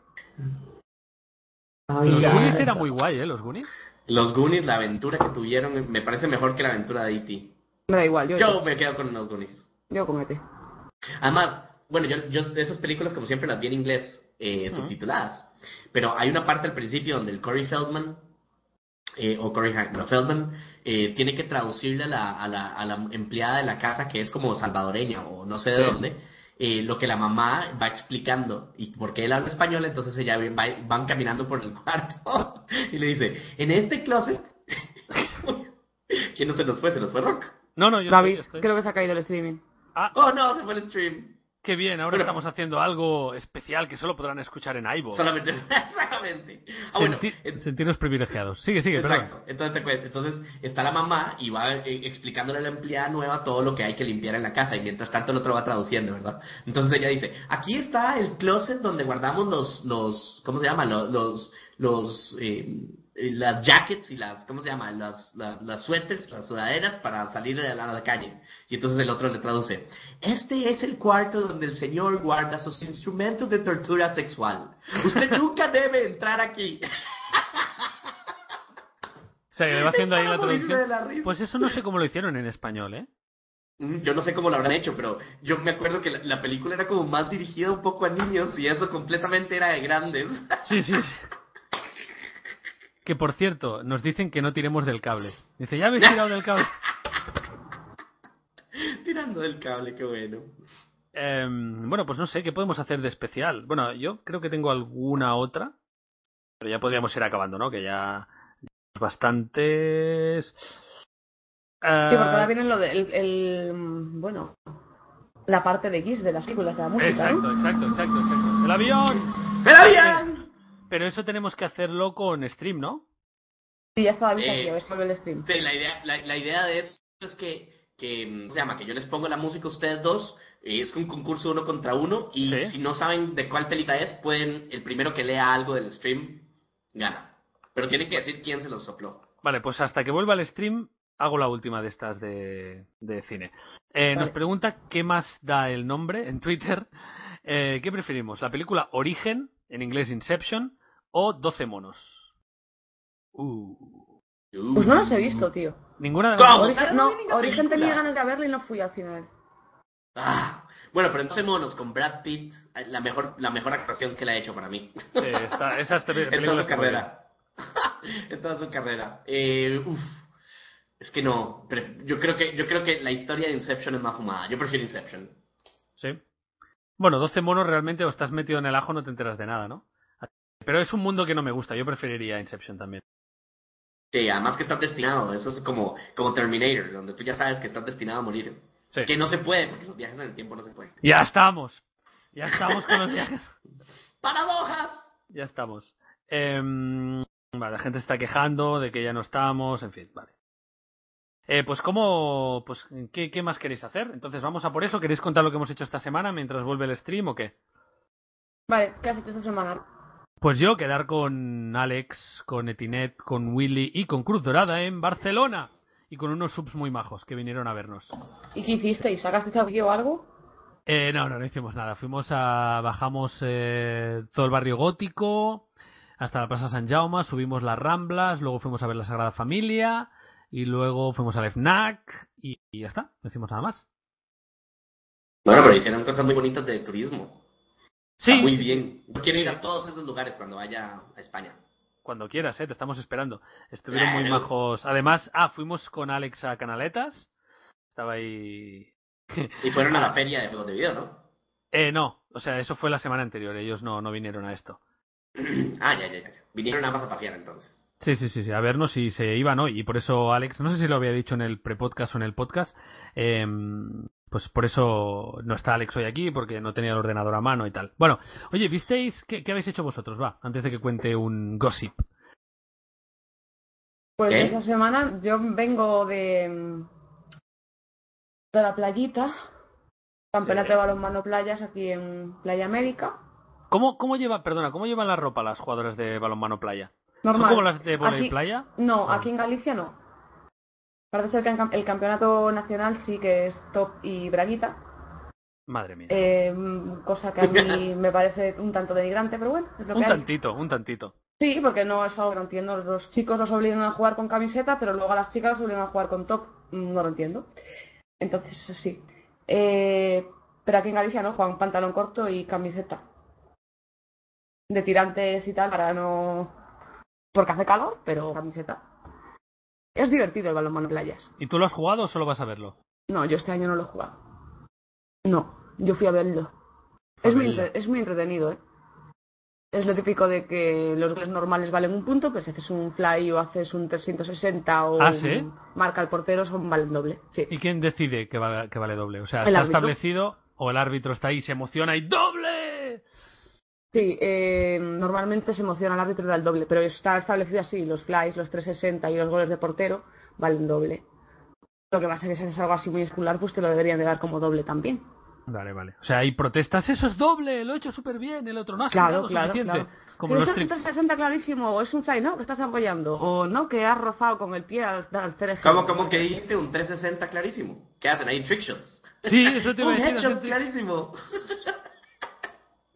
Los
Ya,
Goonies era muy guay, ¿eh? Los Goonies.
Los Goonies, la aventura que tuvieron, me parece mejor que la aventura de E.T.
Me da igual, yo,
Yo me quedo con los Goonies.
yo E comete.
Además, bueno, yo, yo esas películas como siempre las vi en inglés, eh, subtituladas. Pero hay una parte al principio donde el Corey Feldman, eh, o Corey Haim- no, Feldman, eh, tiene que traducirle a la, a, la, a la empleada de la casa que es como salvadoreña o no sé de dónde. eh, lo que la mamá va explicando y porque él habla español entonces ella va- van caminando por el <laughs> cuarto y le dice en este closet <laughs> ¿quién no se nos fue? se nos fue Rock
No, no, yo estoy-
David,
estoy-
creo que se ha caído el streaming.
Ah,
oh no se fue el stream
qué bien, ahora
Bueno.
estamos haciendo algo especial que solo podrán escuchar en iVoox.
Solamente, <laughs> exactamente. Ah, bueno,
Senti-
en-
Sentirnos privilegiados. Sigue, sigue, perdón.
exacto. Entonces, te cuen- entonces está la mamá y va eh, explicándole a la empleada nueva todo lo que hay que limpiar en la casa y mientras tanto el otro va traduciendo, ¿verdad? Entonces ella dice, aquí está el closet donde guardamos los, los ¿cómo se llama? Los, los, los, eh, eh, las jackets y las, ¿cómo se llama? Las, la- las suéteres, las sudaderas para salir a la, a la calle. Y entonces el otro le traduce, este es el cuarto donde el señor guarda sus instrumentos de tortura sexual. Usted nunca debe entrar aquí.
O sea, que Eh, va haciendo ahí la
Para morirse de la
traducción.
risa.
Pues eso no sé cómo lo hicieron en español,
<laughs>
¿eh?
Mm, Yo no sé cómo lo habrán hecho, pero yo me acuerdo que la, la película era como más dirigida un poco a niños y eso completamente era de grandes. <laughs>
Sí, sí, sí. Que por cierto, nos dicen que no tiremos del cable. Dice, ya habéis tirado del cable.
Tirando del cable, qué bueno.
Em, bueno, pues no sé, ¿qué podemos hacer de especial? Bueno, yo creo que tengo alguna otra. Pero ya podríamos ir acabando, ¿no? Que ya. Bastantes. Ah,
Sí, porque ahora viene lo del, el, mm, bueno, la parte de Kiss de las películas de la música,
exacto,
¿no?
exacto, exacto, exacto. ¡El avión!
¡Pero bien!
Pero eso tenemos que hacerlo con stream, ¿no?
Sí, ya estaba visto
Eh,
aquí, a ver si vuelve el stream.
Sí, la idea, la, la idea de eso es que, que, mm, ¿cómo se llama? Que yo les pongo la música a ustedes dos, eh, es un concurso uno contra uno y
Sí.
si no saben de cuál película es, pueden, el primero que lea algo del stream, gana. Pero tienen que decir quién se los sopló.
Vale, pues hasta que vuelva el stream, hago la última de estas de, de cine. Eh, Nos
Vale.
pregunta qué más da el nombre en Twitter. <laughs> Eh, ¿Qué preferimos? ¿La película Origen, en inglés Inception, o 12 monos? Uh.
Pues no las he visto, tío.
Ninguna
<laughs>
de
¿Cómo?
Origen, no,
Ninguna
Origen tenía
película.
ganas de verla y no fui al final.
Ah, bueno, pero entonces monos con Brad Pitt, eh, la mejor, la mejor actuación que le ha hecho para mí.
Sí, eh, está- esas tres
en toda
películas
su
que voy a ver.
carrera. <laughs> en toda su carrera. Eh, uf. Es que no. pre- Yo creo que, yo creo que la historia de Inception es más fumada. Yo prefiero Inception.
Sí. Bueno, 12 monos realmente o estás metido en el ajo no te enteras de nada, ¿no? Pero es un mundo que no me gusta. Yo preferiría Inception también.
Sí, además que estás destinado. Eso es como, como Terminator, donde tú ya sabes que estás destinado a morir.
Sí.
Que no se puede, porque los viajes en el tiempo no se pueden.
Ya estamos. Ya estamos con los viajes.
¡Paradojas!
Ya estamos. Em, vale, la gente se está quejando de que ya no estamos, en fin, vale. Eh, pues cómo, pues ¿qué, qué más queréis hacer? Entonces vamos a por eso. ¿Queréis contar lo que hemos hecho esta semana mientras vuelve el stream o qué?
Vale, ¿qué has hecho esta semana?
Pues yo quedar con Alex, con Etinet, con Willy y con Cruz Dorada en Barcelona y con unos subs muy majos que vinieron a vernos.
¿Y qué hicisteis? ¿Sacasteis aquí o algo?
Eh, no, no, no hicimos nada. Fuimos a. Bajamos eh, todo el barrio gótico hasta la Plaza San Jaume, subimos las Ramblas, luego fuimos a ver la Sagrada Familia y luego fuimos al FNAC y, y ya está, no hicimos nada más.
Bueno, pero hicieron cosas muy bonitas de turismo.
Sí,
Está Ah, muy bien. Yo quiero ir a todos esos lugares cuando vaya a España.
cuando quieras, eh, te estamos esperando. Estuvieron muy
Claro.
majos. Además, ah, fuimos con Alex a Canaletas. Estaba ahí.
Y fueron a la feria de juegos de video, ¿no? <clears throat>
Eh, no, o sea, eso fue la semana anterior, ellos no, no vinieron a esto.
Ah, ya, ya, ya. Vinieron nada más a pasear entonces.
Sí, sí, sí, sí, a vernos si se iban hoy. Y por eso, Alex, no sé si lo había dicho en el prepodcast o en el podcast, eh, pues por eso no está Alex hoy aquí, porque no tenía el ordenador a mano y tal. Bueno, oye, ¿visteis qué, qué habéis hecho vosotros? Va, antes de que cuente un gossip.
Pues
¿Eh?
esta semana yo vengo de, de la playita, campeonato
Sí.
de balonmano playas aquí en Playa América.
¿Cómo, cómo lleva, perdona, cómo llevan la ropa las jugadoras de balonmano playa?
Normal.
¿Son como las de volei
Aquí-
playa?
No,
Ah.
aquí en Galicia no. Parece ser que en cam- el campeonato nacional sí que es top y braguita,
Madre mía.
eh, cosa
<laughs>
que a mí me parece un tanto denigrante, pero bueno, es lo
un
que hay.
tantito, un tantito.
Sí, porque no es algo que no entiendo. Los chicos los obligan a jugar con camiseta, pero luego a las chicas las obligan a jugar con top. Mm, No lo entiendo. Entonces, sí. Eh, pero aquí en Galicia no, juegan pantalón corto y camiseta. De tirantes y tal, para no. Porque hace calor, pero camiseta. Es divertido el balonmano en playas.
¿Y tú lo has jugado o solo vas a verlo?
No, yo este año no lo he jugado. No, yo fui a verlo. Es muy,
Verlo.
entre- es muy entretenido, ¿eh? Es lo típico de que los goles normales valen un punto, pero si haces un fly o haces un 360 o
¿Ah, sí?
un- marca el portero, son valen doble. Sí.
¿Y quién decide que vale, que vale doble? O sea,
El
¿está
árbitro.
establecido o el árbitro está ahí, se emociona y ¡doble!
Sí, eh, normalmente se emociona el árbitro y da el doble, pero está establecido así, los flies, los 360 y los goles de portero valen doble. Lo que pasa es que si haces algo así muy escolar, pues te lo deberían de dar como doble también.
Vale, vale. O sea, hay protestas, eso es doble, lo he hecho súper bien, el otro no ha girado
Claro, claro,
suficiente.
claro.
Como
Si
los
es un
tri-
360 clarísimo, o es un fly, ¿no? Que estás apoyando. O no, que has rozado con el pie al, al cereje.
¿Cómo, cómo que dijiste un 360 clarísimo? ¿Qué hacen ahí? Trick shots.
Sí, eso te iba a
un
decir,
headshot
hacerte-
clarísimo.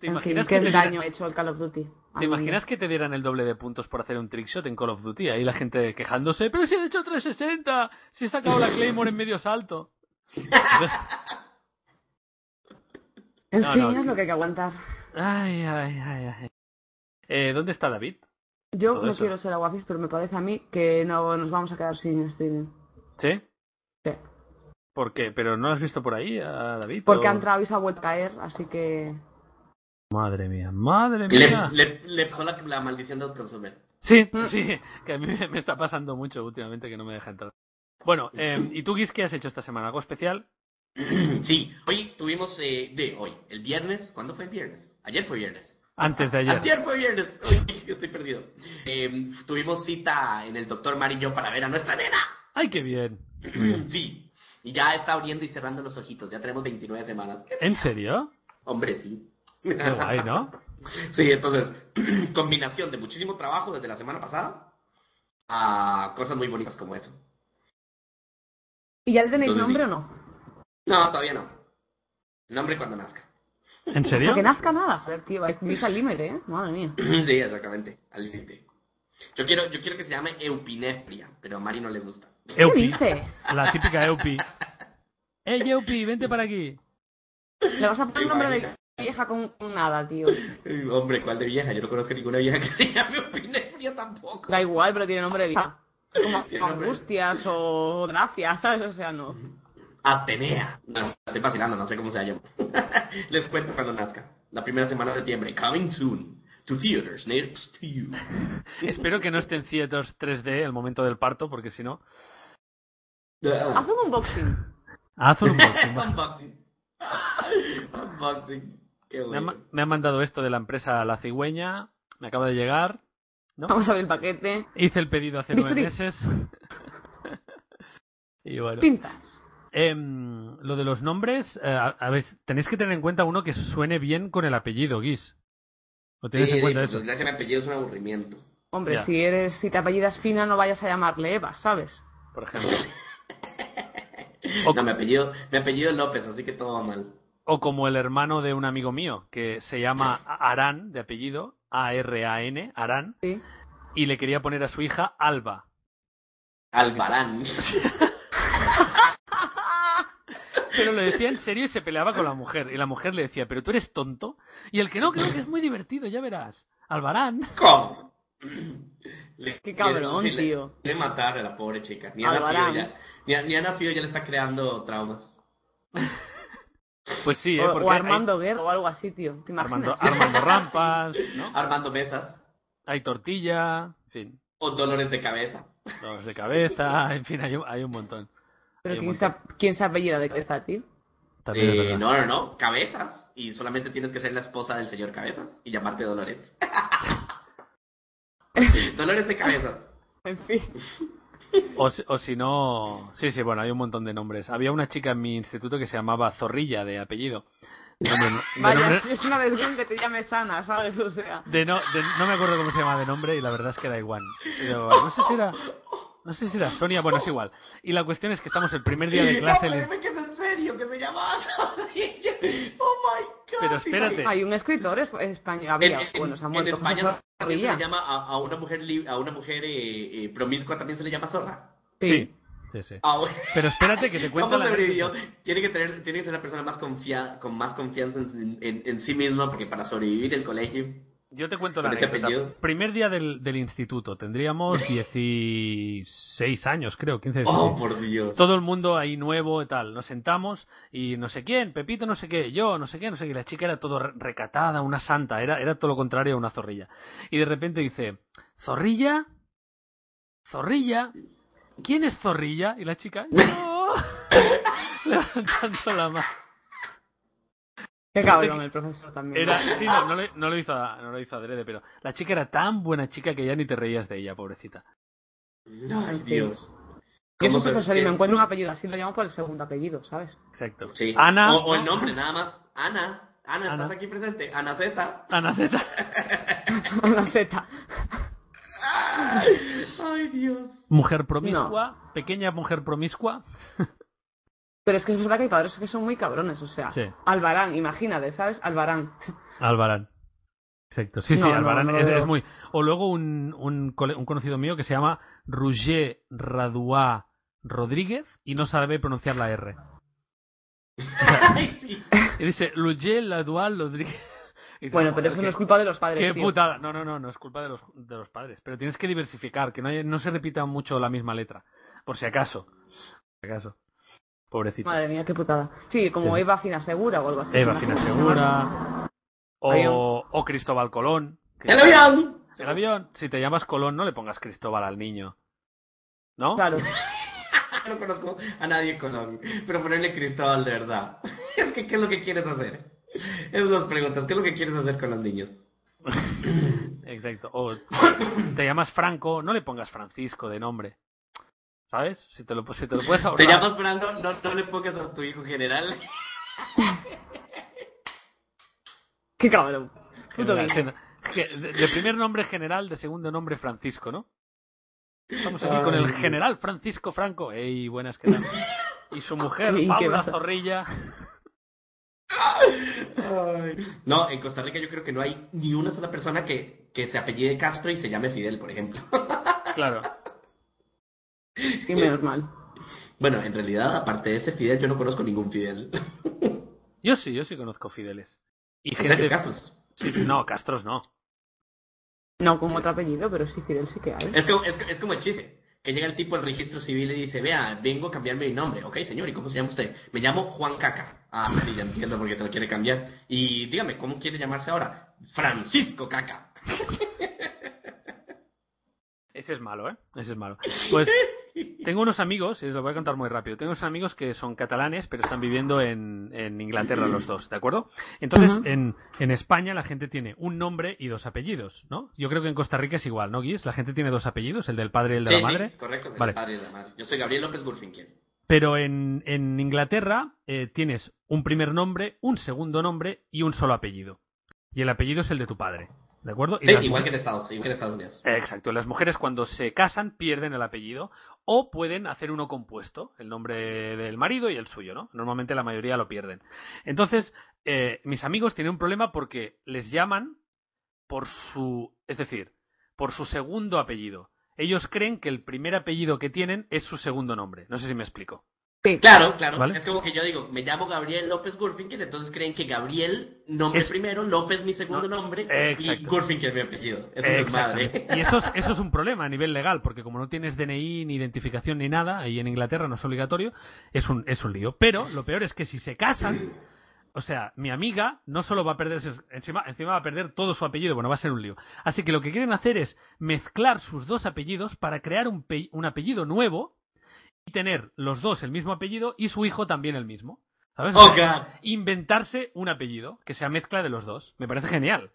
¿Te
En fin,
imaginas,
qué
que te,
daño ha hecho el Call of Duty.
¿te imaginas que te dieran el doble de puntos por hacer un trickshot en Call of Duty? Ahí la gente quejándose, pero si he hecho 360, si he sacado la Claymore en medio salto. <laughs>
En
No,
fin,
no.
es lo que hay que aguantar.
Ay, ay, ay, ay. Eh, ¿Dónde está David?
Yo
Todo
no
eso.
quiero ser aguafiz, pero me parece a mí que no nos vamos a quedar sin streaming.
¿Sí?
Sí.
¿Por qué? ¿Pero no lo has visto por ahí a David?
Porque
o-
ha entrado y se ha vuelto a caer, así que...
Madre mía, madre
Le,
mía.
le, le pasó la, la maldición de Outconsumer.
Sí, sí, que a mí me, me está pasando mucho últimamente que no me deja entrar. Bueno, eh, ¿y tú, Guis, qué has hecho esta semana? ¿Algo especial?
<clears throat> Sí, hoy tuvimos eh, de hoy, el viernes, ¿cuándo fue el viernes? Ayer fue viernes.
Antes de ayer.
Ayer fue viernes, Uy, <laughs> estoy perdido. Eh, tuvimos cita en el doctor Mari y yo para ver a nuestra nena. <clears throat>
¡Ay, qué bien!
Sí, y ya está abriendo y cerrando los ojitos, ya tenemos 29 semanas.
¿En serio?
Hombre, sí.
Qué guay, ¿no?
Sí, entonces, <clears throat> combinación de muchísimo trabajo desde la semana pasada a cosas muy bonitas como eso.
¿Y ya le tenéis
Entonces,
nombre
sí.
o no?
No, todavía no. Nombre cuando nazca. <clears throat>
¿En serio?
Hasta que nazca nada. Joder, tío, vais al límite, ¿eh? Madre mía.
Sí, exactamente, al límite. Yo quiero, yo quiero que se llame Eupinefria, pero a Mari no le gusta.
¿Qué
Eupi.
dices?
La típica Eupi. ¡Eh, Eupi, vente para aquí!
Le vas a poner
Te
nombre de
imaginas.
vieja con un nada, tío.
Eh, <laughs> Hombre, ¿cuál de vieja? Yo no conozco ninguna vieja que se llame Eupinefria tampoco.
Da igual, pero tiene nombre de vieja. Ah, Como
Tiene nombre.
angustias o gracias, ¿sabes? O sea, no.
Atenea. No, estoy vacilando, no sé cómo se llama. <laughs> Les cuento cuando nazca. La primera semana de septiembre. Coming soon. To theaters next to you.
Espero que no esté en Theaters 3D el momento del parto, porque si no...
Ah.
Haz un unboxing.
Haz Ah, un unboxing, va.
<laughs> Unboxing. <laughs> Unboxing. Qué
me, ha ma-
bueno.
me ha mandado esto de la empresa La Cigüeña, me acaba de llegar,
Vamos a ver el paquete.
hice el pedido hace nueve
Bisturí.
meses... <laughs> y bueno...
Pinzas.
Em, lo de los nombres, eh, a, a ver, tenéis que tener en cuenta uno que suene bien con el apellido, Guis. ¿Lo
Sí,
tienes en cuenta
pues,
eso?
desgracia en apellido es un aburrimiento.
Hombre,
Ya.
si eres, si te apellidas fina, no vayas a llamarle Eva, ¿sabes?
Por ejemplo. O,
No, mi apellido, mi apellido es López, así que todo va mal.
o como el hermano de un amigo mío, que se llama Arán, de apellido, A-R-A-N, Arán,
Sí.
y le quería poner a su hija Alba.
Albarán. <laughs>
Pero lo decía en serio y se peleaba con la mujer. Y la mujer le decía, pero tú eres tonto. Y el que no, creo que es muy divertido, ya verás. Albarán.
¿Cómo? Le-
Qué cabrón,
le- le-
tío.
Le matar a la pobre chica. Ni ha
Albarán.
nacido ya. Ni ha, ni ha nacido ya le está creando traumas.
Pues sí, ¿eh?
o,
Porque
o
hay-
Armando Guerra o algo así, tío. ¿Te imaginas?
Armando,
<laughs>
Armando Rampas, ¿no?
Armando mesas.
hay tortilla, en fin.
O dolores de cabeza.
Dolores de cabeza, en fin, hay un, hay un montón.
Pero
Hay un
¿quién se,
montón.
ha- ¿quién se apellida de cabeza, tío?
También es
Eh,
verdad.
no, no, no, cabezas. Y solamente tienes que ser la esposa del señor Cabezas y llamarte
<laughs>
Dolores. Dolores de Cabezas.
En fin.
O, si- o si no. Sí, sí, bueno, hay un montón de nombres. Había una chica en mi instituto que se llamaba Zorrilla de apellido. De nombre- de nombre-
<laughs> Vaya, es una desgracia que te llame sana, ¿sabes? O sea.
de no, de- no me acuerdo cómo se llamaba de nombre y la verdad es que da igual. Pero no sé si era. No sé si era Sonia, bueno, es igual. Y la cuestión es que estamos el primer día de clase.
<laughs> No,
le-
dime que es en serio, que se llama Zorrilla. <laughs> Oh my god.
Pero espérate.
Hay un escritor es- español.
En,
Había,
en-
bueno, se ha
en
muerto.
España también se
Zorrilla.
le llama a, a una mujer lib- a una mujer eh, eh, promiscua también se le llama zorra.
Sí, sí, sí.
Ah, <laughs> bueno.
Pero espérate que te cuento.
¿Cómo
la
sobrevivió?
anécdota.
Tiene que tener, tiene que ser una persona más confiada, con más confianza en, en- en sí misma, porque para sobrevivir el colegio.
Yo te cuento la
Con ese
anécdota.
apellido.
Primer día del, del instituto. Tendríamos 16 años, creo, 15
Oh,
16.
por Dios.
todo el mundo ahí nuevo y tal. Nos sentamos y no sé quién, Pepito no sé qué, yo no sé qué, no sé qué. La chica era todo re- recatada, una santa, era, era todo lo contrario a una zorrilla. Y de repente dice, zorrilla, zorrilla, ¿quién es zorrilla? Y la chica, yo, <laughs> levantando la mano.
Qué cabrón el profesor también.
Era, sí, no, no lo, no lo hizo, a- no lo hizo adrede, pero la chica era tan buena chica que ya ni te reías de ella, pobrecita.
Ay, Dios.
Yo soy
se-
profesor y
qué-
me encuentro un apellido así, lo llamo por el segundo apellido, ¿sabes?
Exacto.
Sí.
Ana.
O, o el nombre, nada más. Ana. Ana,
Ana.
estás aquí presente. Ana Z.
Ana Zeta.
<laughs> Una Z.
Ay, Dios.
Mujer promiscua, pequeña mujer promiscua.
Pero es que es verdad que hay padres que son muy cabrones, o sea.
Sí.
Albarán, imagínate, ¿sabes? Albarán. <laughs>
Albarán. Exacto. Sí, sí,
No, no,
Albarán
no lo
es,
veo.
es muy. O luego un, un, cole- un conocido mío que se llama Roger Raduá Rodríguez y no sabe pronunciar la
<laughs>
R.
Ay, sí.
Y dice Roger Raduá Rodríguez. Y dices,
Bueno,
"Joder,
pero eso
qué-
no es culpa de los padres.
Qué
tío.
putada. No, no, no, no es culpa de los, de los padres. Pero tienes que diversificar, que no, hay- no se repita mucho la misma letra. Por si acaso. Por si acaso. Pobrecito.
Madre mía, qué putada. Sí, como
Sí.
Eva Fina Segura o algo así.
Eva
no sé
Fina
cómo se llama.
Segura.
Hay un-
O, o Cristóbal Colón. que-
¡El avión!
El avión, si te llamas Colón, no le pongas Cristóbal al niño. ¿No? <laughs>
Claro.
<laughs> No conozco a nadie en Colombia. Pero ponerle Cristóbal de verdad. <laughs> Es que, ¿qué es lo que quieres hacer? Esas son las preguntas. ¿Qué es lo que quieres hacer con los niños?
Exacto. O <coughs> te llamas Franco, no le pongas Francisco de nombre. ¿Sabes? Si te lo, si te lo puedes ahorrar.
Te llamas Fernando, no, no le pongas a tu hijo general.
Qué cabrón. Puto
General,
guiño.
gen- ge- de, de primer nombre general, de segundo nombre Francisco, ¿no? Estamos aquí
Ay,
con el
Dios.
general Francisco Franco. ¡Ey, buenas que tal! Y su mujer,
Qué- qué
Paula
baza.
Zorrilla.
<laughs> No, en Costa Rica yo creo que no hay ni una sola persona que, que se apellide Castro y se llame Fidel, por ejemplo. <laughs>
Claro.
Y menos mal.
Bueno, en realidad, aparte de ese Fidel, yo no conozco ningún Fidel.
Yo sí, yo sí conozco Fideles. Y
¿En serio,
gente.
Castros?
sí, no, Castros no.
No como otro apellido, pero sí, Fidel sí que
Eh,
hay.
Es como, es, es como el chiste. Que llega el tipo al registro civil y dice, vea, vengo a cambiarme mi nombre. Ok, señor, ¿y cómo se llama usted? Me llamo Juan Caca. Ah, sí, ya entiendo por qué se lo quiere cambiar. Y dígame, ¿cómo quiere llamarse ahora? Francisco Caca.
Ese es malo, ¿eh? Ese es malo. Pues tengo unos amigos, y os lo voy a contar muy rápido. Tengo unos amigos que son catalanes, pero están viviendo en, en Inglaterra los dos, ¿de acuerdo? Entonces,
Ujú.
en, en España la gente tiene un nombre y dos apellidos, ¿no? Yo creo que en Costa Rica es igual, ¿no, Guis? La gente tiene dos apellidos, el del padre y el de
Sí,
la madre.
sí, correcto, el
Vale.
padre de la madre. Yo soy Gabriel López Gurfinkel.
Pero en, en Inglaterra eh, tienes un primer nombre, un segundo nombre y un solo apellido. Y el apellido es el de tu padre, ¿de acuerdo? Y
Sí,
las
igual que en Estados, igual que en Estados Unidos.
Exacto, las mujeres cuando se casan pierden el apellido o pueden hacer uno compuesto, el nombre del marido y el suyo, ¿no? Normalmente la mayoría lo pierden. Entonces, eh, mis amigos tienen un problema porque les llaman por su, es decir, por su segundo apellido. Ellos creen que el primer apellido que tienen es su segundo nombre. No sé si me explico.
Sí,
Claro, claro.
Vale.
Es como que yo digo, me llamo Gabriel López Gurfinkel, entonces creen que Gabriel, nombre
Es-
primero, López mi segundo nombre y
exacto.
Gurfinkel mi apellido. Es un
<laughs>
desmadre.
Exactamente. Y eso es, eso es un problema a nivel legal, porque como no tienes DNI, ni identificación, ni nada, ahí en Inglaterra no es obligatorio, es un, es un lío. Pero lo peor es que si se casan, O sea, mi amiga no solo va a perder, encima, encima va a perder todo su apellido, bueno, va a ser un lío. Así que lo que quieren hacer es mezclar sus dos apellidos para crear un, pe- un apellido nuevo y tener los dos el mismo apellido y su hijo también el mismo. ¿Sabes?
Oh, God.
Inventarse un apellido que sea mezcla de los dos. Me parece genial.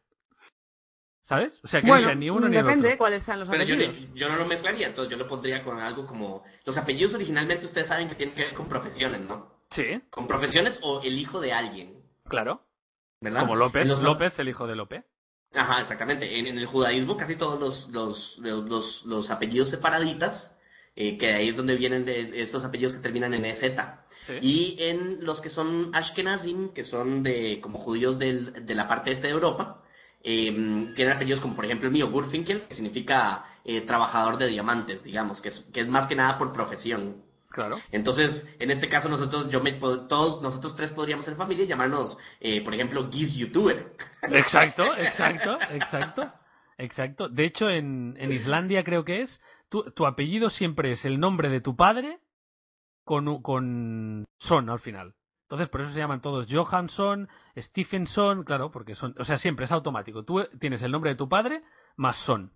¿Sabes? O sea, que no sea ni uno ni el
depende
otro.
de cuáles sean los
Pero yo,
apellidos.
yo no lo mezclaría, entonces yo lo pondría con algo como... Los apellidos originalmente ustedes saben que tienen que ver con profesiones, ¿no?
Sí,
Con profesiones o el hijo de alguien,
claro.
¿verdad?
Como López,
En los-
López, el hijo de López.
Ajá, exactamente. En, en el judaísmo casi todos los, los, los, los- los apellidos separaditas, eh, que ahí es donde vienen de estos apellidos que terminan en E EZ.
¿Eh?
Sí.
Y en los que son Ashkenazim, que son de como judíos del- de la parte este de Europa, eh, tienen apellidos como por ejemplo el mío, Gurfinkel, que significa eh, trabajador de diamantes, digamos, que es, que es más que nada por profesión.
Claro.
Entonces, en este caso nosotros, yo me, pod- todos nosotros tres podríamos ser familia y llamarnos, eh, por ejemplo, Giz YouTuber.
Exacto, exacto, exacto. Exacto. De hecho, en, en Islandia creo que es, tu, tu apellido siempre es el nombre de tu padre con, u- con son al final. Entonces, por eso se llaman todos Johansson, Stephenson, claro, porque son, o sea, siempre es automático. Tú eh, tienes el nombre de tu padre más son.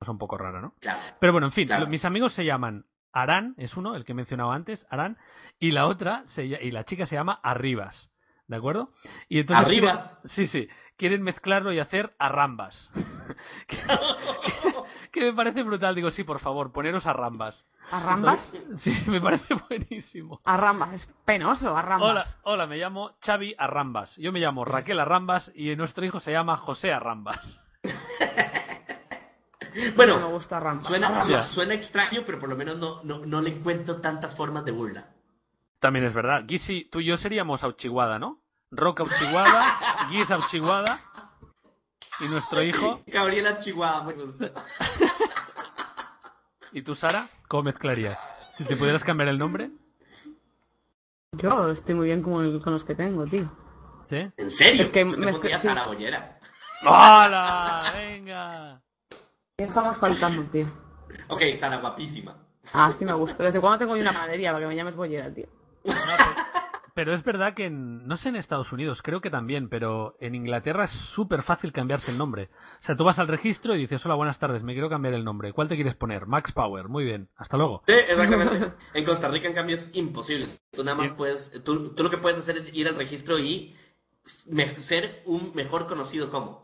Es un poco raro, ¿no?
Claro.
Pero bueno, en fin,
Claro.
lo- mis amigos se llaman Arán, es uno, el que he mencionado antes, Arán, y la otra, se lla- y la chica se llama Arribas, ¿de acuerdo? Y
Pues
entonces
Arribas.
quieren- sí, sí, quieren mezclarlo y hacer Arrambas. que, que me parece brutal, digo, sí, por favor, poneros Arrambas.
¿Arrambas?
Sí, me parece <laughs> buenísimo.
Arrambas, es penoso, Arrambas.
Hola, hola, me llamo Xavi Arrambas. Yo me llamo Raquel Arrambas y nuestro hijo se llama José Arrambas.
Bueno,
no Ah, me gusta Arrambas.
Suena,
Arrambas.
su-
Ya.
suena extraño, pero por lo menos no, no, no le encuentro tantas formas de burla.
También es verdad. Gizzy, tú y yo seríamos Auchiguada, ¿no? Rock Auchiguada, Giz Auchiguada y nuestro hijo.
Gabriela Chihuahua, me gusta.
<laughs>
¿Y tú, Sara? ¿Cómo mezclarías? Si te pudieras cambiar el nombre.
Yo estoy muy bien con, el- con los que tengo, tío.
¿Sí?
¿En serio?
Es que
Tú te
mezcla-
pondrías
sí.
Sara Bollera.
¡Hala! ¡Venga!
¿Qué estamos faltando, tío?
Ok, Sara, guapísima.
Ah, sí me gusta. ¿Desde cuándo tengo yo una panadería para que me llames bollera, tío?
Pero es verdad que, en- no sé en Estados Unidos, creo que también, pero en Inglaterra es súper fácil cambiarse el nombre. O sea, tú vas al registro y dices, hola, buenas tardes, me quiero cambiar el nombre. ¿Cuál te quieres poner? Max Power. Muy bien, hasta luego.
Sí, exactamente. <laughs> En Costa Rica, en cambio, es imposible. Tú nada más puedes, tú, tú lo que puedes hacer es ir al registro y me- ser un mejor conocido como.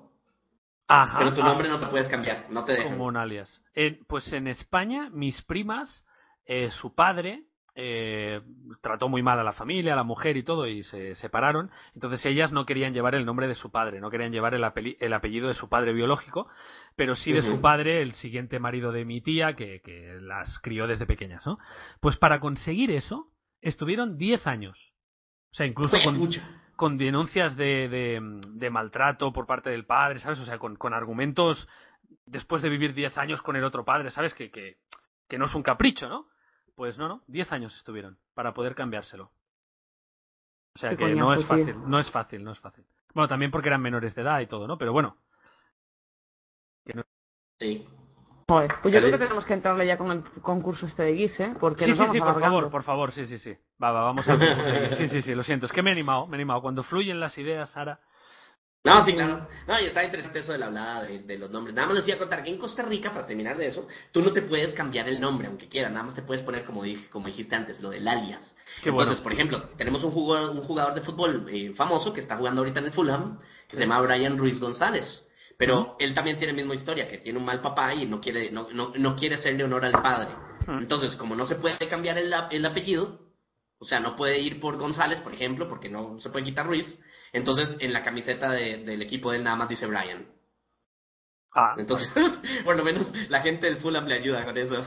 Ajá.
Pero tu
ah.
nombre no te puedes cambiar, no te dejan.
como un alias. En- pues en España, mis primas, eh, su padre eh, trató muy mal a la familia, a la mujer y todo, y se separaron. Entonces ellas no querían llevar el nombre de su padre, no querían llevar el, apeli- el apellido de su padre biológico, pero sí de su
Ujú.
padre, el siguiente marido de mi tía, que, que las crió desde pequeñas, ¿no? Pues para conseguir eso, estuvieron 10 años. O sea, incluso
Fue
con,
mucho.
con denuncias de, de- de maltrato por parte del padre, ¿sabes? O sea, con, con argumentos después de vivir 10 años con el otro padre, ¿sabes? Que, que, que no es un capricho, ¿no? Pues no, no, 10 años estuvieron para poder cambiárselo. O sea
Qué
que no
coñazo,
es fácil,
tío.
no es fácil, no es fácil. Bueno, también porque eran menores de edad y todo, ¿no? Pero bueno,
Sí.
Joder, pues yo
Cali-
creo que tenemos que entrarle ya con el concurso este de Guis, ¿eh? Porque
sí,
nos
sí,
vamos
sí, por
alargando.
favor, por favor, sí, sí, sí. Va, va, vamos a conseguir. Sí, sí, sí, lo siento. Es que me he animado, me he animado. Cuando fluyen las ideas, Sara.
No, sí, claro. No, y está interesante eso de la hablada de, de los nombres. Nada más les iba a contar que en Costa Rica, para terminar de eso, tú no te puedes cambiar el nombre, aunque quieras. Nada más te puedes poner, como, dije, como dijiste antes, lo del alias.
Qué
Entonces,
bueno.
por ejemplo, tenemos un jugador, un jugador de fútbol eh, famoso que está jugando ahorita en el Fulham, que se llama Brian Ruiz González. Pero él también tiene la misma historia, que tiene un mal papá y no quiere, no, no, no quiere hacerle honor al padre.
Ujú.
Entonces, como no se puede cambiar el, ap- el apellido, o sea, no puede ir por González, por ejemplo, porque no se puede quitar Ruiz. Entonces, en la camiseta de- del equipo de él nada más dice Brian.
Ah,
Entonces, <laughs> por lo menos la gente del Fulham le ayuda con eso.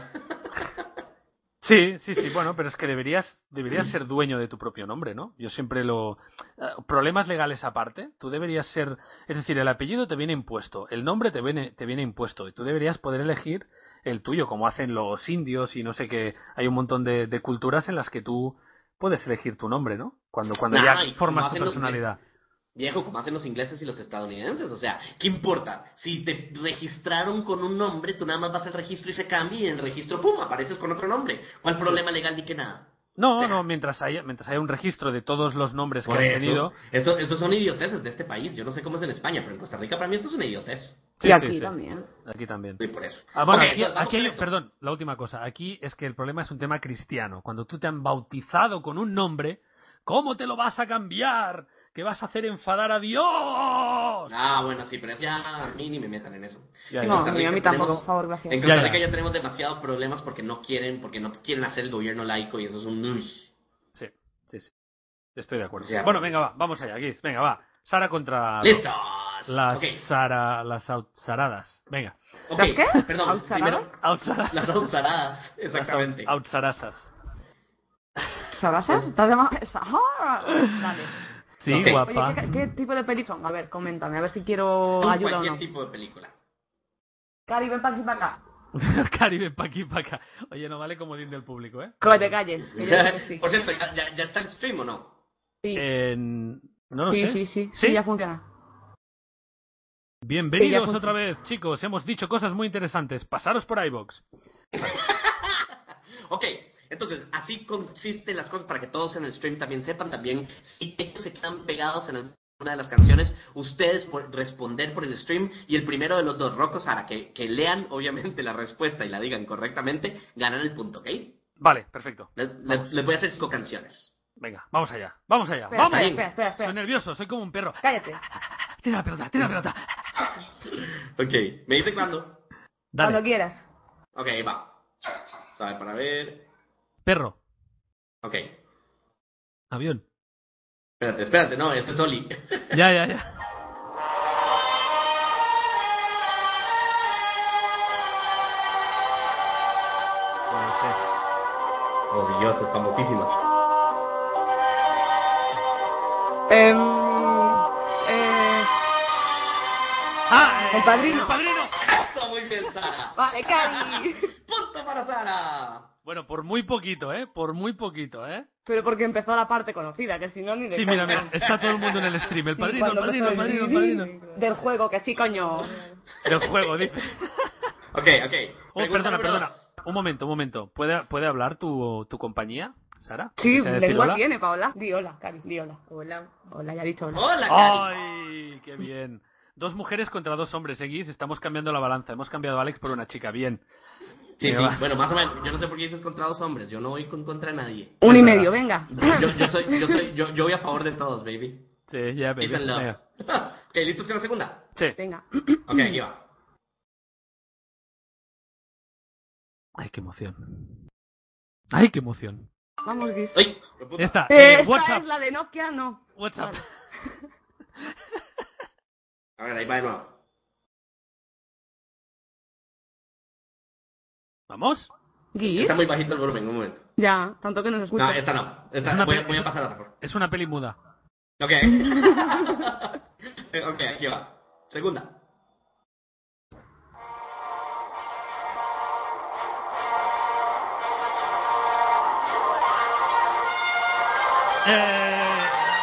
Sí, sí, sí, bueno, pero es que deberías, deberías ser dueño de tu propio nombre, ¿no? Yo siempre lo... eh, Problemas legales aparte, tú deberías ser... Es decir, el apellido te viene impuesto, el nombre te viene, te viene impuesto y tú deberías poder elegir el tuyo, como hacen los indios y no sé qué. Hay un montón de, de culturas en las que tú puedes elegir tu nombre, ¿no? Cuando, cuando
Nah, y
ya
como
formas tu
hacen los-
personalidad.
Viejo, como hacen los ingleses y los estadounidenses. O sea, ¿qué importa? Si te registraron con un nombre, tú nada más vas al registro y se cambia y en el registro, ¡pum!, apareces con otro nombre. ¿Cuál problema legal ni que nada?
No, no, mientras haya, mientras haya un registro de todos los nombres
Por
que han
eso.
tenido.
Esto- estos son idioteces de este país. Yo no sé cómo es en España, pero en Costa Rica para mí esto es una idiotez.
Sí,
y
sí,
aquí
sí.
también.
Aquí también.
Y por eso.
Ah, bueno,
Ok,
aquí,
entonces vamos
aquí
con
hay,
esto.
perdón, la última cosa. Aquí es que el problema es un tema cristiano. Cuando tú te han bautizado con un nombre, ¿cómo te lo vas a cambiar? ¿Qué vas a hacer enfadar a Dios?
Ah, bueno, sí, pero eso ya a mí ni me metan en eso.
Ya,
En
ya.
No,
Costa
ni
Rica
a mí tampoco,
tenemos-
por favor, gracias.
En Costa
Ya, ya.
Rica ya tenemos demasiados problemas porque no quieren, porque no quieren hacer el gobierno laico y eso es un uy.
Sí, sí, sí. Estoy de acuerdo.
Ya.
Bueno, venga, va, vamos allá, Guis. Venga, va. Sara contra
¡Listos!
Ah, las
Ok,
Sara, las outsaradas. Venga.
ok,
¿Las qué?
Perdón,
¿Alzaradas?
primero,
Outsaradas.
las ausaradas, <laughs> exactamente.
Ah,
Las outsarasas.
¿Sabasa? ¿Estás de más? <laughs> ¡Ah! Dale.
Sí,
Ok.
guapa.
Oye, ¿qué, qué tipo de película son? A ver, coméntame, a ver si quiero
Tú,
ayuda o
cualquier
no.
tipo de película.
Cari, ven para aquí, para acá.
<laughs> Caribe, pa' aquí, pa' acá. Oye, no vale como din del público, ¿eh?
Que te calles.
<laughs>
que yo creo que sí.
<laughs> Por cierto, ¿ya, ya, ya está el stream o no?
Sí.
En- Eh, No lo
sí,
sé.
sí, sí, sí, ya funciona.
Bienvenidos
Sí, ya
otra vez, chicos. Hemos dicho cosas muy interesantes. Pasaros por iBox.
Ok, entonces así consisten las cosas para que todos en el stream también sepan también si ellos se quedan pegados en alguna de las canciones, ustedes por responder por el stream y el primero de los dos rocos Sara, que, que lean obviamente la respuesta y la digan correctamente, ganan el punto, ¿ok?
Vale, perfecto.
Le- le- les voy a hacer cinco canciones.
Venga, vamos allá. Vamos allá.
Espera,
¡Vamos!
espera,
bien.
espera, espera, espera.
Estoy nervioso, soy como un perro.
Cállate.
Tira la pelota, tira la pelota.
Ok, ¿me dice cuándo?
Dale,
Cuando quieras.
Ok, va. Sabe para ver.
perro,
Ok.
avión.
Espérate, espérate, no, ese es Oli.
Ya, ya, ya. No lo sé.
Oh Dios, es famosísima.
Em, eh,
¡Ah! eh,
El padrino.
¡El padrino!
Eso, muy bien, Sara.
vale, Cari.
Punto para Sara.
Bueno, por muy poquito, ¿eh? Por muy poquito, ¿eh?
Pero porque empezó la parte conocida, que si no ni de
Sí, mira, mira, está todo el mundo en el stream. El
Sí,
padrino, el
cuando
padrino, el
empezó
padrino, el
el-
padrino.
Del juego, que sí, coño.
El juego, dice.
Ok, ok.
Oh,
Pregunta
perdona,
número
perdona.
dos.
Un momento, un momento. ¿Puede, puede hablar tu, tu compañía, Sara?
Sí,
¿Desea decir
lengua
hola?
tiene, Paola. Di hola, Cari, di hola. Hola. Hola, ya he dicho hola.
Hola, Cari.
¡Ay! ¡Qué bien! Dos mujeres contra dos hombres, seguís. Estamos cambiando la balanza. Hemos cambiado a Alex por una chica. Bien.
Sí,
Ahí
sí,
va.
bueno, más o menos. Yo no sé por qué dices contra dos hombres. Yo no voy con, contra nadie.
Un y
Es verdad.
medio, venga.
Yo, yo soy, yo soy, yo, yo voy a favor de todos, baby.
Sí, ya
Peace
veis.
and love.
Venga.
<laughs> ok, ¿listos con la segunda?
Sí.
Venga.
Ok, aquí va.
¡Ay, qué emoción! ¡Ay, qué emoción!
Vamos, Guis.
Uy, hijo de puta.
Esta,
Eh,
eh,
esta
WhatsApp.
es la de Nokia, no.
WhatsApp.
Vale.
A ver, ahí va de nuevo.
¿Vamos?
¿Guis?
Está muy bajito el volumen, un momento.
Ya, tanto que nos
No,
escucha.
esta no.
Es
Esta,
una
voy, a-
pe-
voy a pasar a otra. por favor.
Es una peli muda.
Ok.
<laughs>
ok, <laughs> aquí va. Segunda.
Eh,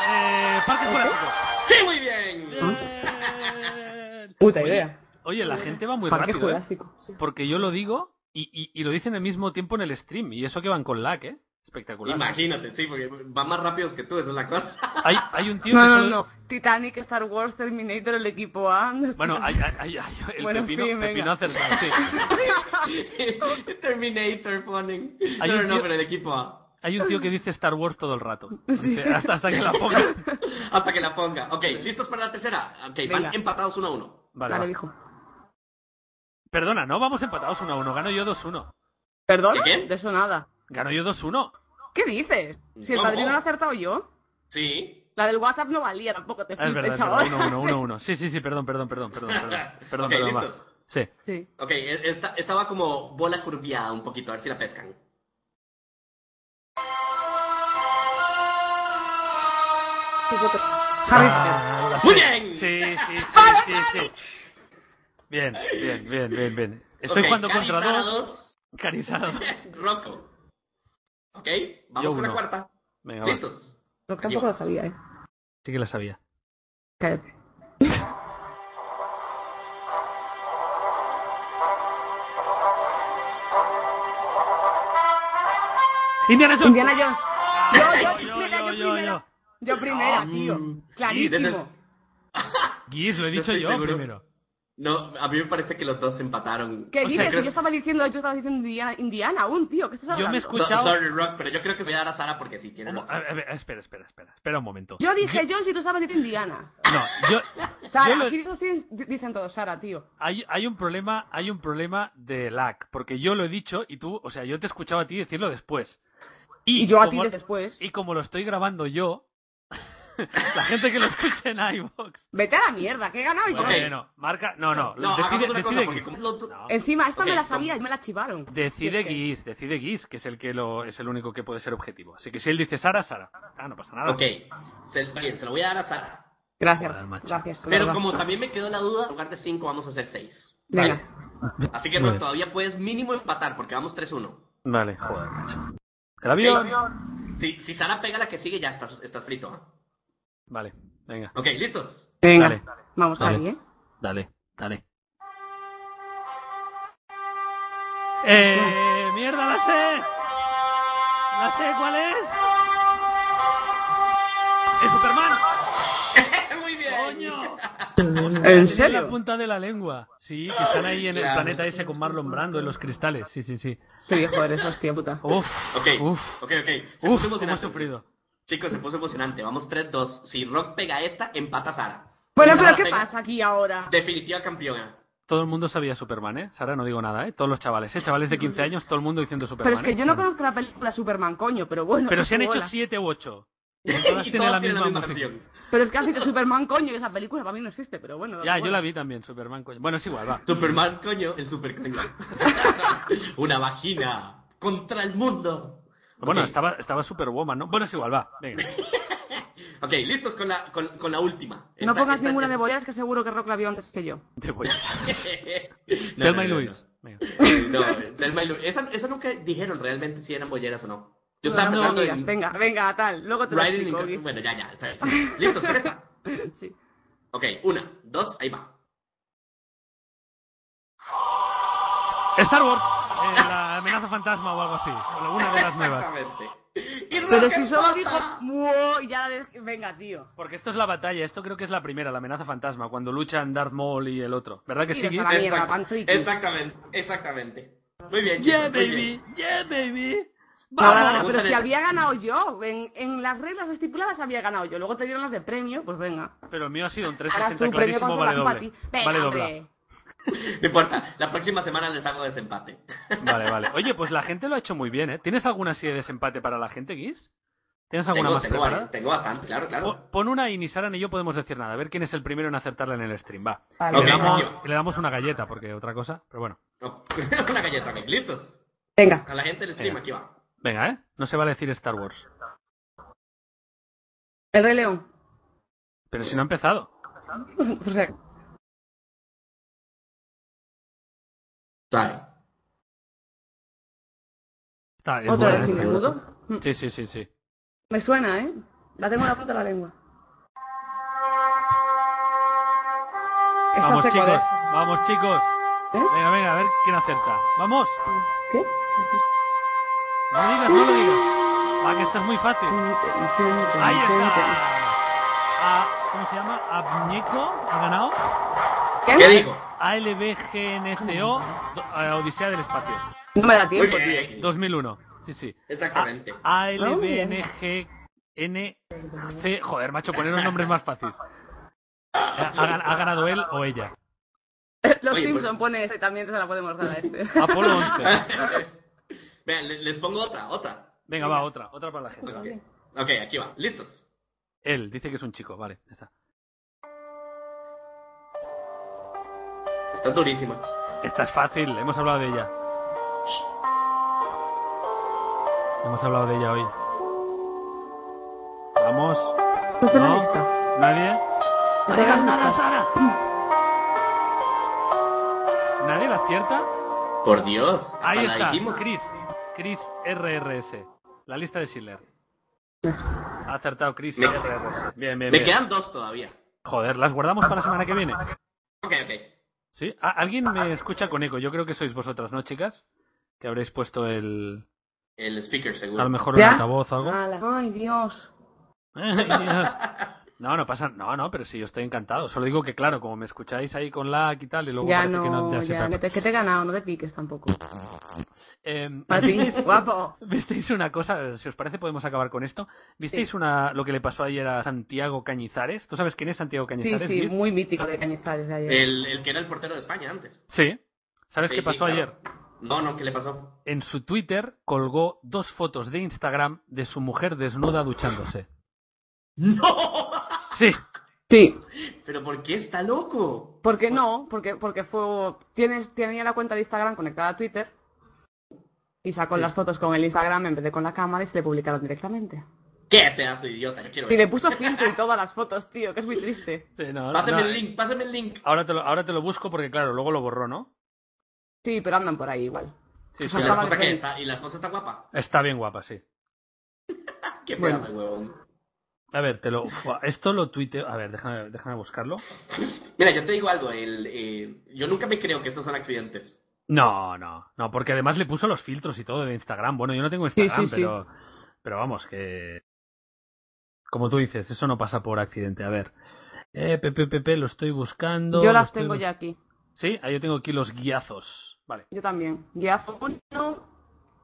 eh, Parque Jurásico.
Sí, muy bien.
Bien.
Puta
Oye,
idea.
Oye, la gente va muy
Parque
rápido, ¿eh?
Jurásico.
Porque yo lo digo y, y, y lo dicen al mismo tiempo en el stream. Y eso que van con lag, ¿eh? Espectacular.
<laughs> Imagínate, sí, porque van más rápidos que tú, esa es la cosa.
Hay, hay un tío
No,
que
no,
solo-
no. Titanic, Star Wars, Terminator, el equipo A. <laughs> no sé.
Bueno, hay, hay- hay- hay- el
Bueno, en
pepino,
fin, venga.
pepino acertado, sí.
<laughs> Terminator ponen.
Hay
No,
un
no, no,
tío-
pero el equipo A.
Hay un tío que dice Star Wars todo el
<laughs>
rato. Dice, hasta, hasta que la ponga.
Hasta que la ponga. Ok, ¿listos para la tercera? Ok,
Venga.
van empatados uno a uno.
Vale,
Vale,
va.
hijo.
Perdona, no vamos empatados 1 a 1. Gano yo 2-1.
¿Perdón?
¿De qué?
De eso nada.
Gano yo 2-1.
¿Qué dices? Si el
¿Cómo?
padrino lo he acertado yo,
Sí.
la del WhatsApp no valía tampoco, te
Ah, Es verdad,
flipes
es
ahora.
verdad. 1-1, 1-1. Sí, sí, sí, perdón, perdón, perdón, perdón. Perdón, perdón, perdón,
Ok,
va.
listos.
Sí.
Sí.
Ok, e- esta, esta va como bola curviada un poquito, a ver si la pescan.
Sí, sí, sí. Harry Potter.
Ah, la
¡Muy
sé.
bien!
Sí, sí, sí, sí, sí. Bien, bien, bien, bien, bien. Estoy
Ok,
jugando
Cari
contra
Sara
dos. Carizado.
dos, <laughs> Rocco. Ok, vamos
Yo
con la
uno.
cuarta.
Venga, va. Sí
¿Listos?
Lo que tampoco lo sabía, eh.
que la sabía.
Cállate.
Indiana Jones.
Indiana Jones. Yo, yo,
Yo,
mira,
yo,
yo,
yo,
primero. Yo primera,
Ah,
tío.
mm. Sí,
Clarísimo.
desde-
Guis, lo he
No
dicho
estoy
yo
seguro.
primero.
No, a mí me parece que los dos se empataron.
¿Qué
O sea,
dices?
creo-
Si Yo estaba diciendo, yo estaba diciendo Indiana, Indiana aún, tío. ¿Qué estás
Yo me
hablando?
escu-
So-
escuchado-
sorry, Rock, pero yo creo que se voy a dar a Sara porque sí tiene
Como- a-
razón.
a ver, espera, espera, espera. Espera un momento.
Yo dije Jones y tú estabas diciendo Indiana.
Yo- No, yo.
Sara,
yo lo-
aquí dicen, dicen todos, Sara, tío.
hay, hay un problema, hay un problema de lag, porque yo lo he dicho y tú, o sea, yo te escuchaba a ti decirlo después.
Y yo a ti
como-
después.
Y como lo estoy grabando yo, <laughs> la gente que lo escuche en iVoox.
Vete a la mierda, que he ganado y
Bueno,
todo.
eh,
Bueno, marca, no, no,
No,
decide-
hagamos una cosa,
decide
porque
Guis.
como los dos-
No.
Encima, esta
Ok,
me la
¿cómo?
sabía y me la chivaron.
Decide
Es que-
Guis, decide Guis, que es el que lo, es el único que puede ser objetivo. Así que si él dice Sara, Sara. Ah, no pasa nada.
Ok, se, está bien, se lo voy a dar a Sara.
Gracias,
Joder, macho.
gracias. de
Pero
verdad.
como también me quedó la duda, en lugar de 5 vamos a hacer 6.
Venga.
Así que
Muy
Rock,
bien.
todavía puedes mínimo empatar porque vamos 3-1.
Vale, joder, macho. El avión.
Si, si Sara pega la que sigue, ya estás, estás frito. ¿ah?
Vale, venga.
Ok, listos. <laughs>
Venga.
Dale.
Vamos,
Dale.
Cari, ¿eh?
Dale, dale. ¡Eh! ¡Mierda, la sé! ¡La sé cuál es! ¡Es Superman!
Muy bien.
¡Coño!
¿En
Tenía la
serio?
punta de la lengua. Sí, que están ahí en el
Claro.
planeta ese con Marlon Brando en los cristales. Sí, sí, sí.
Qué viejo eres, hostia puta.
Uf.
Ok,
Uf.
ok, ok. Se puso
Uf, cómo he
emocionante.
sufrido.
Chicos, se puso emocionante. Vamos 3-2. Si Rock pega esta, empata Sara.
Bueno,
Si
pero
Sara
¿qué
pega-
pasa aquí ahora?
Definitiva campeona.
Todo el mundo sabía Superman, ¿eh? Sara, no digo nada, ¿eh? Todos los chavales, ¿eh? Chavales de 15 años, todo el mundo diciendo Superman.
Pero es que
¿eh?
yo no conozco la película Superman, coño, pero bueno.
Pero se han hecho
hola.
7 u 8.
<laughs> Y
Todas
todas
tienen la misma música.
canción.
Pero es que ha sido Superman, coño, y esa película para mí no existe, pero bueno.
Ya,
bueno.
yo la vi también, Superman, coño. Bueno, es igual, va.
Superman, coño, el super coño. <laughs> Una vagina contra el mundo.
Bueno,
Ok,
estaba, estaba Superwoman, ¿no? Bueno, es igual, va.
<laughs>
Venga.
Ok, listos con la, con, con la última.
No
Esta-
pongas
esta-
ninguna de Boyar, es que seguro que Rock la vio antes que yo.
Te voy.
<laughs> No,
Thelma y
no, no,
Luis. Venga.
No, No, Thelma y Luis. Esa, esa nunca dijeron realmente si eran bolleras o no. Yo estaba
No, no
pensando
digas,
en
Venga, venga, tal. Luego te lo
Riding in
explico.
Car-
Guis.
Bueno, ya, ya,
<laughs>
está bien. Listos con esta.
Sí.
Ok, una, dos, ahí va.
Star Wars, eh, la amenaza fantasma o algo así. O alguna de las nuevas.
Exactamente.
Pero si solo dijo... "Muo", y ya la des- Venga, tío.
Porque esto es la batalla, esto creo que es la primera, la amenaza fantasma, cuando luchan Darth Maul y el otro. ¿Verdad que sí?
Tiros a la
Gui?
mierda. pan friki.
Exactamente, exactamente. Muy bien,
Yeah,
chicos, muy bien.
baby, yeah, baby.
No, no, no,
Vamos.
pero si
Pregúntale.
había ganado yo, en, en las reglas estipuladas había ganado yo. Luego te dieron las de premio, pues venga.
Pero el mío ha sido un
Ahora
360
tu premio
clarísimo,
con
vale
para ti.
doble.
Venga,
Vale doble.
hombre.
<laughs> No importa, la próxima semana les hago desempate.
Vale, vale. Oye, pues la gente lo ha hecho muy bien, ¿eh? ¿Tienes alguna así de desempate para la gente, Guis? ¿Tienes alguna
tengo,
más
tengo,
preparada?
varias- tengo bastante, claro, claro.
Po- Pon una y ni Sara ni yo podemos decir nada. A ver quién es el primero en acertarla en el stream. Va.
Vale.
Le,
Ok,
damos,
tranquilo.
le damos una galleta, porque otra cosa. Pero bueno.
No, <laughs> Una galleta, ok, listos.
Venga.
A la gente del stream,
Venga.
aquí va.
Venga, ¿eh? No se vale decir Star Wars.
El Rey León.
Pero si no ha empezado.
<laughs> O sea,
Vale.
Está, es
otra
buena,
vez
¿eh?
sin el mudo. Mm,
Sí, sí, sí, sí.
Me suena, ¿eh? La tengo en la punta de la lengua. Está
Vamos,
seco,
chicos.
¿eh?
Vamos, chicos.
¿Eh?
Venga, venga, a ver quién acerta. ¡Vamos!
¿Qué?
No lo digas, no lo digas. Va, que esto es muy fácil. ¡Ahí está! A- ¿Cómo se llama? Abñeco ha ganado.
¿Qué digo?
ALBGNCO, do- eh, Odisea del Espacio.
No me da
Muy
tiempo, tío. <laughs>
bien.
2001. Sí, sí.
Exactamente.
Ah, ALBNGNC. Joder, macho, poner los nombres más fáciles. Ha, ha gan- ha ganado él o ella.
Los
Oye,
Simpson
pues-
pone ese también se la podemos dar a
<laughs>
este.
Apolo 11.
<laughs> Vean, le- les pongo otra, otra.
Venga, va, otra. Otra para la gente.
Ok, Ok, aquí va. Listos.
Él, dice que es un chico, vale. ya está.
Está durísima.
Esta es fácil, hemos hablado de ella. Hemos hablado de ella hoy. Vamos.
Pues tengo
No.
lista.
¿Nadie?
No digas
nada,
nada,
Sara! ¿Nadie la acierta?
Por Dios. hasta
Ahí
la
está,
dijimos.
Chris. Chris RRS. La lista de Schiller. Ha acertado Chris
Me-
RRS. Bien, bien,
Me
bien.
quedan dos todavía.
Joder, ¿las guardamos para la semana que viene?
Ok, ok.
¿Sí? Ah, ¿Alguien me escucha con eco? Yo creo que sois vosotras, ¿no, chicas? Que habréis puesto el...
El speaker, seguro.
A lo mejor un
¿Ya?
altavoz o algo.
<laughs> Ala, Ay, Dios.
Ay, Dios. No, no pasa, no, no, pero sí, yo estoy encantado. Solo digo que, claro, como me escucháis ahí con la y tal, y luego
ya
parece
no,
que no ya se
ya,
trata.
que te, que te he ganado, no te piques tampoco. <laughs>
Em, <laughs>
Martín, guapo.
¿Visteis una cosa? Si os parece, podemos acabar con esto. ¿Visteis
Sí.
una, lo que le pasó ayer a Santiago Cañizares? ¿Tú sabes quién es Santiago
Sí,
Cañizares?
sí,
Liz?
muy mítico de Cañizares de
Eh,
ayer.
El, el que era el portero de España antes.
Sí. ¿Sabes
Sí,
qué
sí,
pasó
claro.
ayer?
No, no, ¿qué le pasó?
En su Twitter colgó dos fotos de Instagram de su mujer desnuda duchándose.
¡No!
Sí.
Sí.
¿Pero por qué está loco?
¿Por qué no? Porque, porque fue. Tienes, tenía la cuenta de Instagram conectada a Twitter y sacó las fotos con el Instagram en vez de con la cámara y se le publicaron directamente.
¡Qué pedazo de idiota! Yo quiero
Y le
ver.
puso filtro y todas las fotos, tío, que es muy triste.
Sí, no,
Pásame
no, eh,
el link, pásame el link.
Ahora te, lo, ahora te lo busco porque, claro, luego lo borró, ¿no?
Sí, pero andan por ahí igual.
Sí, sí.
¿Y
Pues
la
acaba
esposa
de
qué
ver.
está? ¿Y la esposa está guapa?
Está bien guapa, sí.
¡Qué
Bueno.
pedazo de huevón!
A ver, te lo, Fua, esto lo tuiteo. A ver, déjame, déjame buscarlo.
Mira, yo te digo algo. El, eh, yo nunca me creo que estos son accidentes.
No, no, no, porque además le puso los filtros y todo de Instagram. Bueno, yo no tengo
sí,
Instagram,
sí.
pero, pero vamos, que. Como tú dices, eso no pasa por accidente. A ver. Eh, Pepe, Pepe, lo estoy buscando.
yo
lo
las
estoy
tengo
bus-
ya aquí.
Sí, ahí yo tengo aquí los guiazos. Vale.
Yo también. Guiazo uno.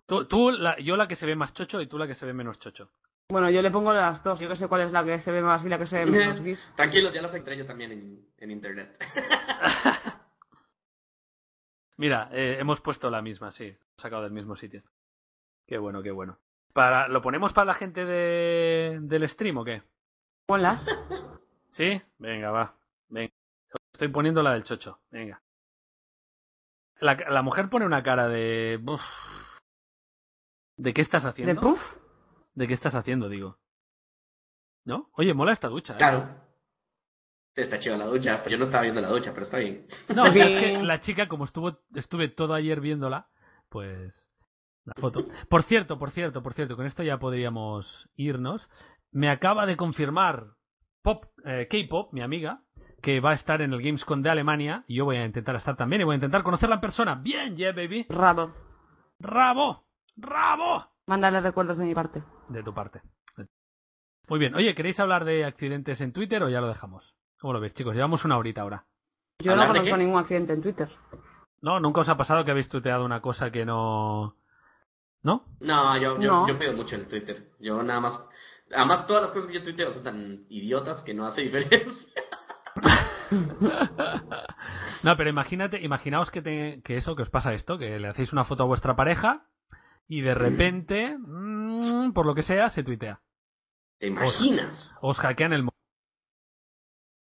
Tú, tú la- yo la que se ve más chocho y tú la que se ve menos chocho.
Bueno, yo le pongo las dos. Yo que sé cuál es la que se ve más y la que se
<laughs>
ve menos gris.
Tranquilos, ya las encontré yo también en, en internet.
Mira, eh, hemos puesto la misma, sí. Sacado del mismo sitio. Qué bueno, qué bueno. Para, ¿Lo ponemos para la gente de, del stream o qué?
Ponlas.
¿Sí? Venga, va. Venga. Estoy poniendo la del chocho. Venga. La, la mujer pone una cara de. "Buf". ¿De qué estás haciendo?
De puff.
¿De qué estás haciendo, digo? ¿No? Oye, mola esta ducha. ¿eh?
Claro. Está chido la ducha. Pero yo no estaba viendo la ducha, pero está bien.
No, pero es que
Sí.
la chica, como estuvo, estuve todo ayer viéndola, pues. La foto. Por cierto, por cierto, por cierto, con esto ya podríamos irnos. Me acaba de confirmar Pop, eh, K-Pop, mi amiga, que va a estar en el Gamescom de Alemania. Y yo voy a intentar estar también y voy a intentar conocerla en persona. Bien, yeah, baby.
Rabo.
¡Rabo! ¡Rabo!
Mándale recuerdos de mi parte.
De tu parte. Muy bien. Oye, ¿queréis hablar de accidentes en Twitter o ya lo dejamos? ¿Cómo lo veis, chicos? Llevamos una horita ahora.
Yo no
¿Hablar de
conozco
qué?
ningún accidente en Twitter.
No, nunca os ha pasado que habéis tuiteado una cosa que no. ¿No?
No, yo, yo,
No.
yo pego mucho el Twitter. Yo nada más. Además, todas las cosas que yo tuiteo son tan idiotas que no hace <laughs> diferencia.
No, pero imagínate, imaginaos que, te- que eso, que os pasa esto, que le hacéis una foto a vuestra pareja y de repente, mm, por lo que sea, se tuitea.
¿Te imaginas?
Os hackean el. mo-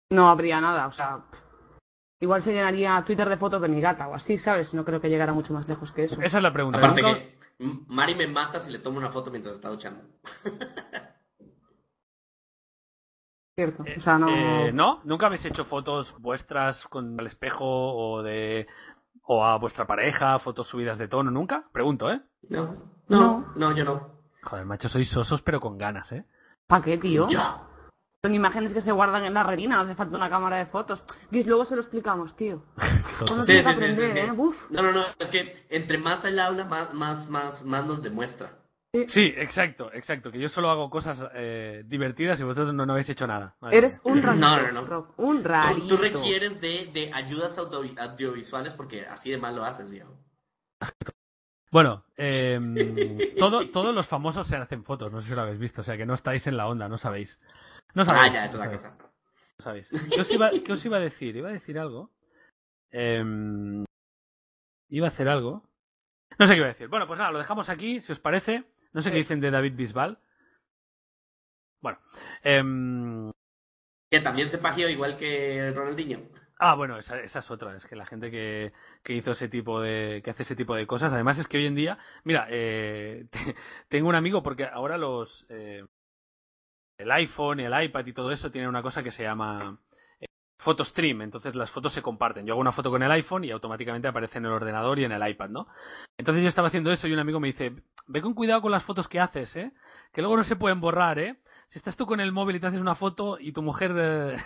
No habría nada, o sea. pff. Igual se llenaría Twitter de fotos de mi gata o así, ¿sabes? No creo que llegara mucho más lejos que eso.
Esa es la pregunta.
Aparte
Nunca-
que M- Mari me mata si le tomo una foto mientras está duchando.
Cierto. O sea, no.
Eh, no, nunca habéis hecho fotos vuestras con el espejo o de o a vuestra pareja, fotos subidas de tono, nunca. Pregunto, ¿eh?
No,
No.
no, no, yo no.
Joder, macho, sois sosos pero con ganas, ¿eh?
¿Para qué, tío?
Yo.
Son imágenes que se guardan en la retina, no hace falta una cámara de fotos. Guis, luego se lo explicamos, tío. Uno
Sosos.
Sí,
tiene que
sí, sí, sí,
aprender,
sí.
¿eh? Uf.
No, no, no, es que entre más él habla, más, más, más, más nos demuestra.
Sí, exacto, exacto. Que yo solo hago cosas eh, divertidas y vosotros no, no habéis hecho nada. Madre
Eres
mía.
un
<laughs> No,
rarito.
no, no.
Rob, Un
Tú,
rarito.
tú
<laughs>
requieres de, de ayudas audio- audiovisuales porque así de mal lo haces, viejo.
Bueno, eh,
<laughs>
todo- todos los famosos se hacen fotos, no sé si lo habéis visto, o sea que no estáis en la onda, no sabéis. No
Ah,
sabéis.
ya, esa es
no
la
sabéis.
cosa.
No sabéis. ¿Qué os iba, qué os iba a decir? Iba a decir algo. Em, iba a hacer algo. No sé qué iba a decir. Bueno, pues nada, lo dejamos aquí, si os parece. No sé qué dicen de David Bisbal. Bueno. em,
Que también se pajeó igual que Ronaldinho.
ah, bueno, esa, esa es otra. Es que la gente que, que hizo ese tipo de. que hace ese tipo de cosas. Además es que hoy en día. Mira, eh, <laughs> te- tengo un amigo porque ahora los. eh, el iPhone, el iPad y todo eso tienen una cosa que se llama. foto stream, entonces las fotos se comparten. Yo hago una foto con el iPhone y automáticamente aparece en el ordenador y en el iPad, ¿no? Entonces yo estaba haciendo eso y un amigo me dice, ve con cuidado con las fotos que haces, ¿eh? Que luego no se pueden borrar, ¿eh? Si estás tú con el móvil y te haces una foto y tu mujer eh,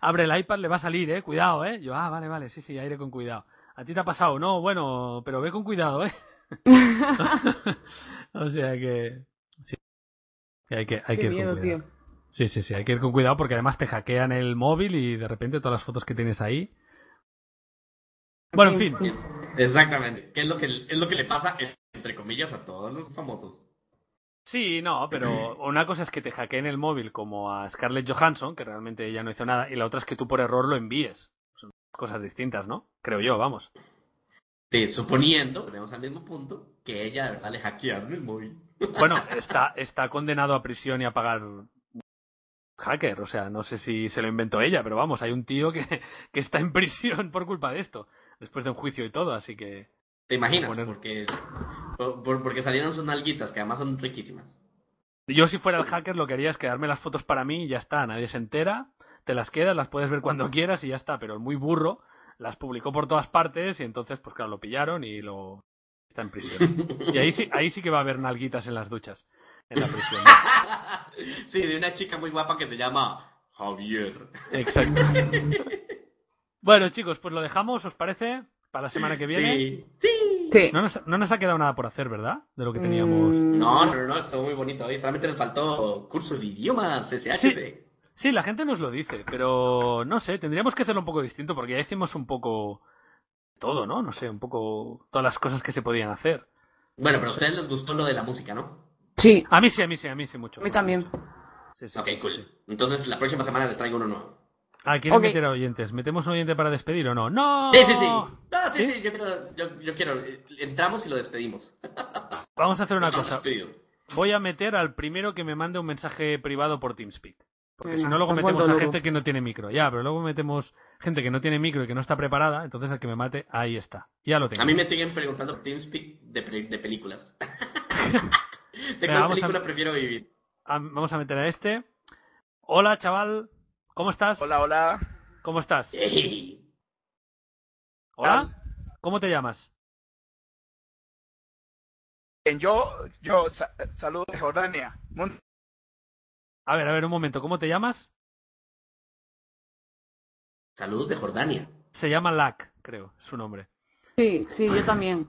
abre el iPad, le va a salir, ¿eh? Cuidado, ¿eh? Yo, ah, vale, vale, sí, sí, aire con
<laughs>
cuidado. A ti te ha pasado, no, bueno, pero ve con cuidado, ¿eh? O sea que. Sí. Que Hay que, hay
Qué
que ir
miedo,
con cuidado.
tío.
Sí, sí, sí, hay que ir con cuidado porque además te hackean el móvil y de repente todas las fotos que tienes ahí. Bueno, en fin.
Exactamente, que es lo que, es lo que le pasa, entre comillas, a todos los famosos.
Sí, no, pero una cosa es que te hackeen el móvil como a Scarlett Johansson, que realmente ella no hizo nada, y la otra es que tú por error lo envíes. Son cosas distintas, ¿no? Creo yo, vamos.
Sí, suponiendo, volvemos al mismo punto, que ella de verdad le hackearon el móvil.
Bueno, está, está condenado a prisión y a pagar hacker, o sea, no sé si se lo inventó ella, pero vamos, hay un tío que, que está en prisión por culpa de esto, después de un juicio y todo, así que...
¿Te imaginas?
Poner-
Porque, por- por- porque salieron sus nalguitas, que además son riquísimas.
Yo si fuera el hacker lo que haría es quedarme las fotos para mí y ya está, nadie se entera, te las quedas, las puedes ver cuando quieras y ya está, pero el muy burro las publicó por todas partes y entonces pues claro, lo pillaron y lo está en prisión. Y ahí sí, ahí sí que va a haber nalguitas en las duchas, en la prisión.
sí, de una chica muy guapa que se llama Javier.
Exacto. <laughs> Bueno, chicos, pues lo dejamos, ¿os parece? Para la semana que viene.
Sí. sí.
Sí.
No nos, no nos ha quedado nada por hacer, ¿verdad? De lo que teníamos.
Mm,
No, no, no, no, estuvo muy bonito. Ahí solamente les faltó curso de idiomas, SHC.
Sí, la gente nos lo dice, pero no sé, tendríamos que hacerlo un poco distinto porque ya hicimos un poco todo, ¿no? No sé, un poco todas las cosas que se podían hacer.
Bueno, pero a ustedes les gustó lo de la música, ¿no?
Sí,
A mí sí, a mí sí, a mí sí mucho.
a mí también.
Sí, sí,
Ok,
sí, sí,
cool.
sí.
Entonces la próxima semana les traigo uno nuevo.
Ah, ¿quieres
Ok.
meter a oyentes? ¿Metemos un oyente para despedir o no? ¡No!
Sí, sí, sí. No, sí, sí, yo quiero, yo, yo quiero. Entramos y lo despedimos.
Vamos a hacer una
Lo
cosa.
despido.
Voy a meter al primero que me mande un mensaje privado por TeamSpeak. Porque
Venga,
si no, luego
te has
metemos a
vuelto loco.
gente que no tiene micro. Ya, pero luego metemos gente que no tiene micro y que no está preparada. Entonces, al que me mate, ahí está. Ya lo tengo.
A mí me siguen preguntando TeamSpeak de, pre- de películas. <laughs> ¿De
Venga,
cuál
vamos a-
película prefiero vivir?
Ah, Vamos a meter a este. Hola, chaval. ¿Cómo estás?
Hola, hola.
¿Cómo estás?
Ey,
Hola. ¿Cómo te llamas?
Eh, Yo, yo, sa- saludos de Jordania. Mon-
A ver, a ver, un momento. ¿Cómo te llamas?
Saludos de Jordania.
Se llama Lac, creo, es su nombre.
Sí, sí, yo también.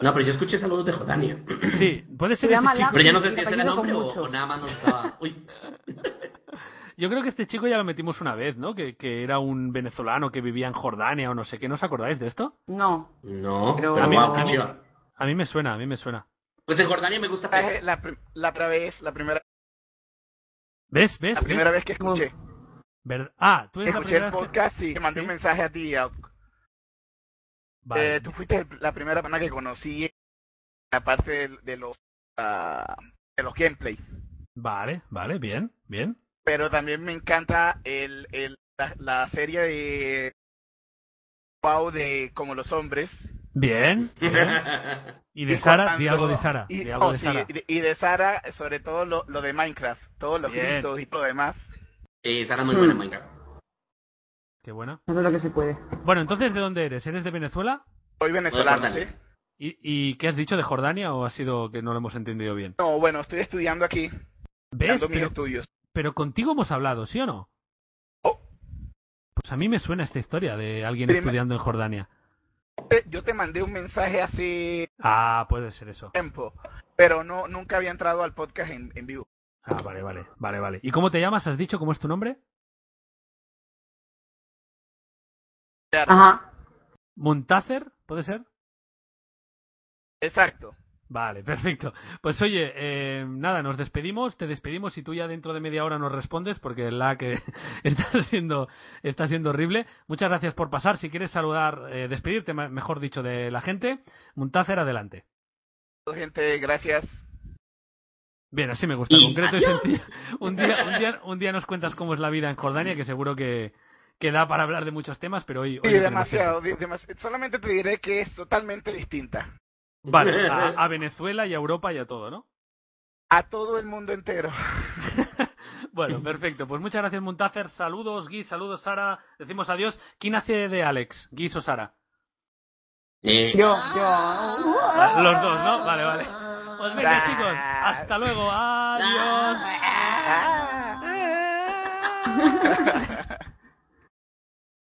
No, pero yo escuché saludos de Jordania.
Sí, puede ser
Se
este
llama
chico.
Lac.
Pero ya no sé
Sí,
si
el
ese era el
apellido con
nombre o,
mucho.
o nada más nos estaba. Uy.
Yo creo que este chico ya lo metimos una vez, ¿no? Que, que era un venezolano que vivía en Jordania o no sé qué. ¿No os acordáis de esto?
No.
No,
Pero-
pero
A mí-
guau,
a
qué
mí-
chiva.
A mí me suena, a mí me suena.
Pues en Jordania me
Eh,
gusta.
La, pri- la otra vez, la primera,
¿Ves? ¿Ves?
la
¿Ves?
primera vez que escuché,
Ver- Ah, tú eres la
escuché
primera
el
vez que-
podcast y te mandé
Sí.
un mensaje a ti. a-
Vale.
eh, tú fuiste la primera persona que conocí, aparte de, de los, ah, de los gameplays.
Vale, vale, bien, bien.
Pero también me encanta el, el, la, la serie de Pau de Como los hombres.
Bien. bien.
¿eh?
<laughs>
Y de
Y
Sara,
cuando-
di algo de Sara.
Y,
di algo
oh,
de
sí,
Sara.
y de- y de Sara, sobre todo lo, lo de Minecraft, todos los
Bien.
gritos y todo lo demás.
Eh, Sara es muy buena en
Mm.
Minecraft.
Qué buena.
No es lo que se puede.
Bueno, entonces, ¿de dónde eres? ¿Eres de Venezuela?
Soy venezolano,
Jordania.
¿sí?
¿Y, ¿Y qué has dicho de Jordania o ha sido que no lo hemos entendido bien?
No, bueno, estoy estudiando aquí,
¿Ves?
dando mis
Pero,
estudios.
pero contigo hemos hablado, ¿sí o no?
Oh.
Pues a mí me suena esta historia de alguien
Prima-
estudiando en Jordania.
Te- Yo te mandé un mensaje hace
Ah, puede ser eso.
tiempo, pero no nunca había entrado al podcast en, en vivo.
Ah, vale, vale, vale, vale. ¿Y cómo te llamas? ¿Has dicho cómo es tu nombre?
Claro,
Ajá.
¿Montácer? ¿Puede ser?
Exacto.
Vale, <laughs> perfecto. Pues oye, eh, nada, nos despedimos, te despedimos y tú ya dentro de media hora nos respondes porque la que <laughs> está siendo, está siendo horrible. Muchas gracias por pasar. Si quieres saludar, eh, despedirte, me- mejor dicho, de la gente, Muntácer, adelante.
Gente, gracias.
Bien, así me gusta,
Y
concreto y
adiós.
sencillo. Un día, un, día, un día nos cuentas cómo es la vida en Jordania, que seguro que, que da para hablar de muchos temas, pero hoy... hoy no
Sí,
tenemos tiempo.
demasiado, di- demasi- Solamente te diré que es totalmente distinta
Vale, a, a Venezuela y a Europa y a todo, ¿no?
a todo el mundo entero.
<laughs> Bueno, perfecto. Pues muchas gracias, Muntácer. Saludos, Gui, saludos, Sara. Decimos adiós. ¿Quién hace de Alex? ¿Gui o Sara?
Mm.
Eh,
Yo, yo.
Vale, los dos, ¿no? Vale, vale. Pues venga, chicos. Hasta luego. Adiós.
Ah. <laughs>
<laughs>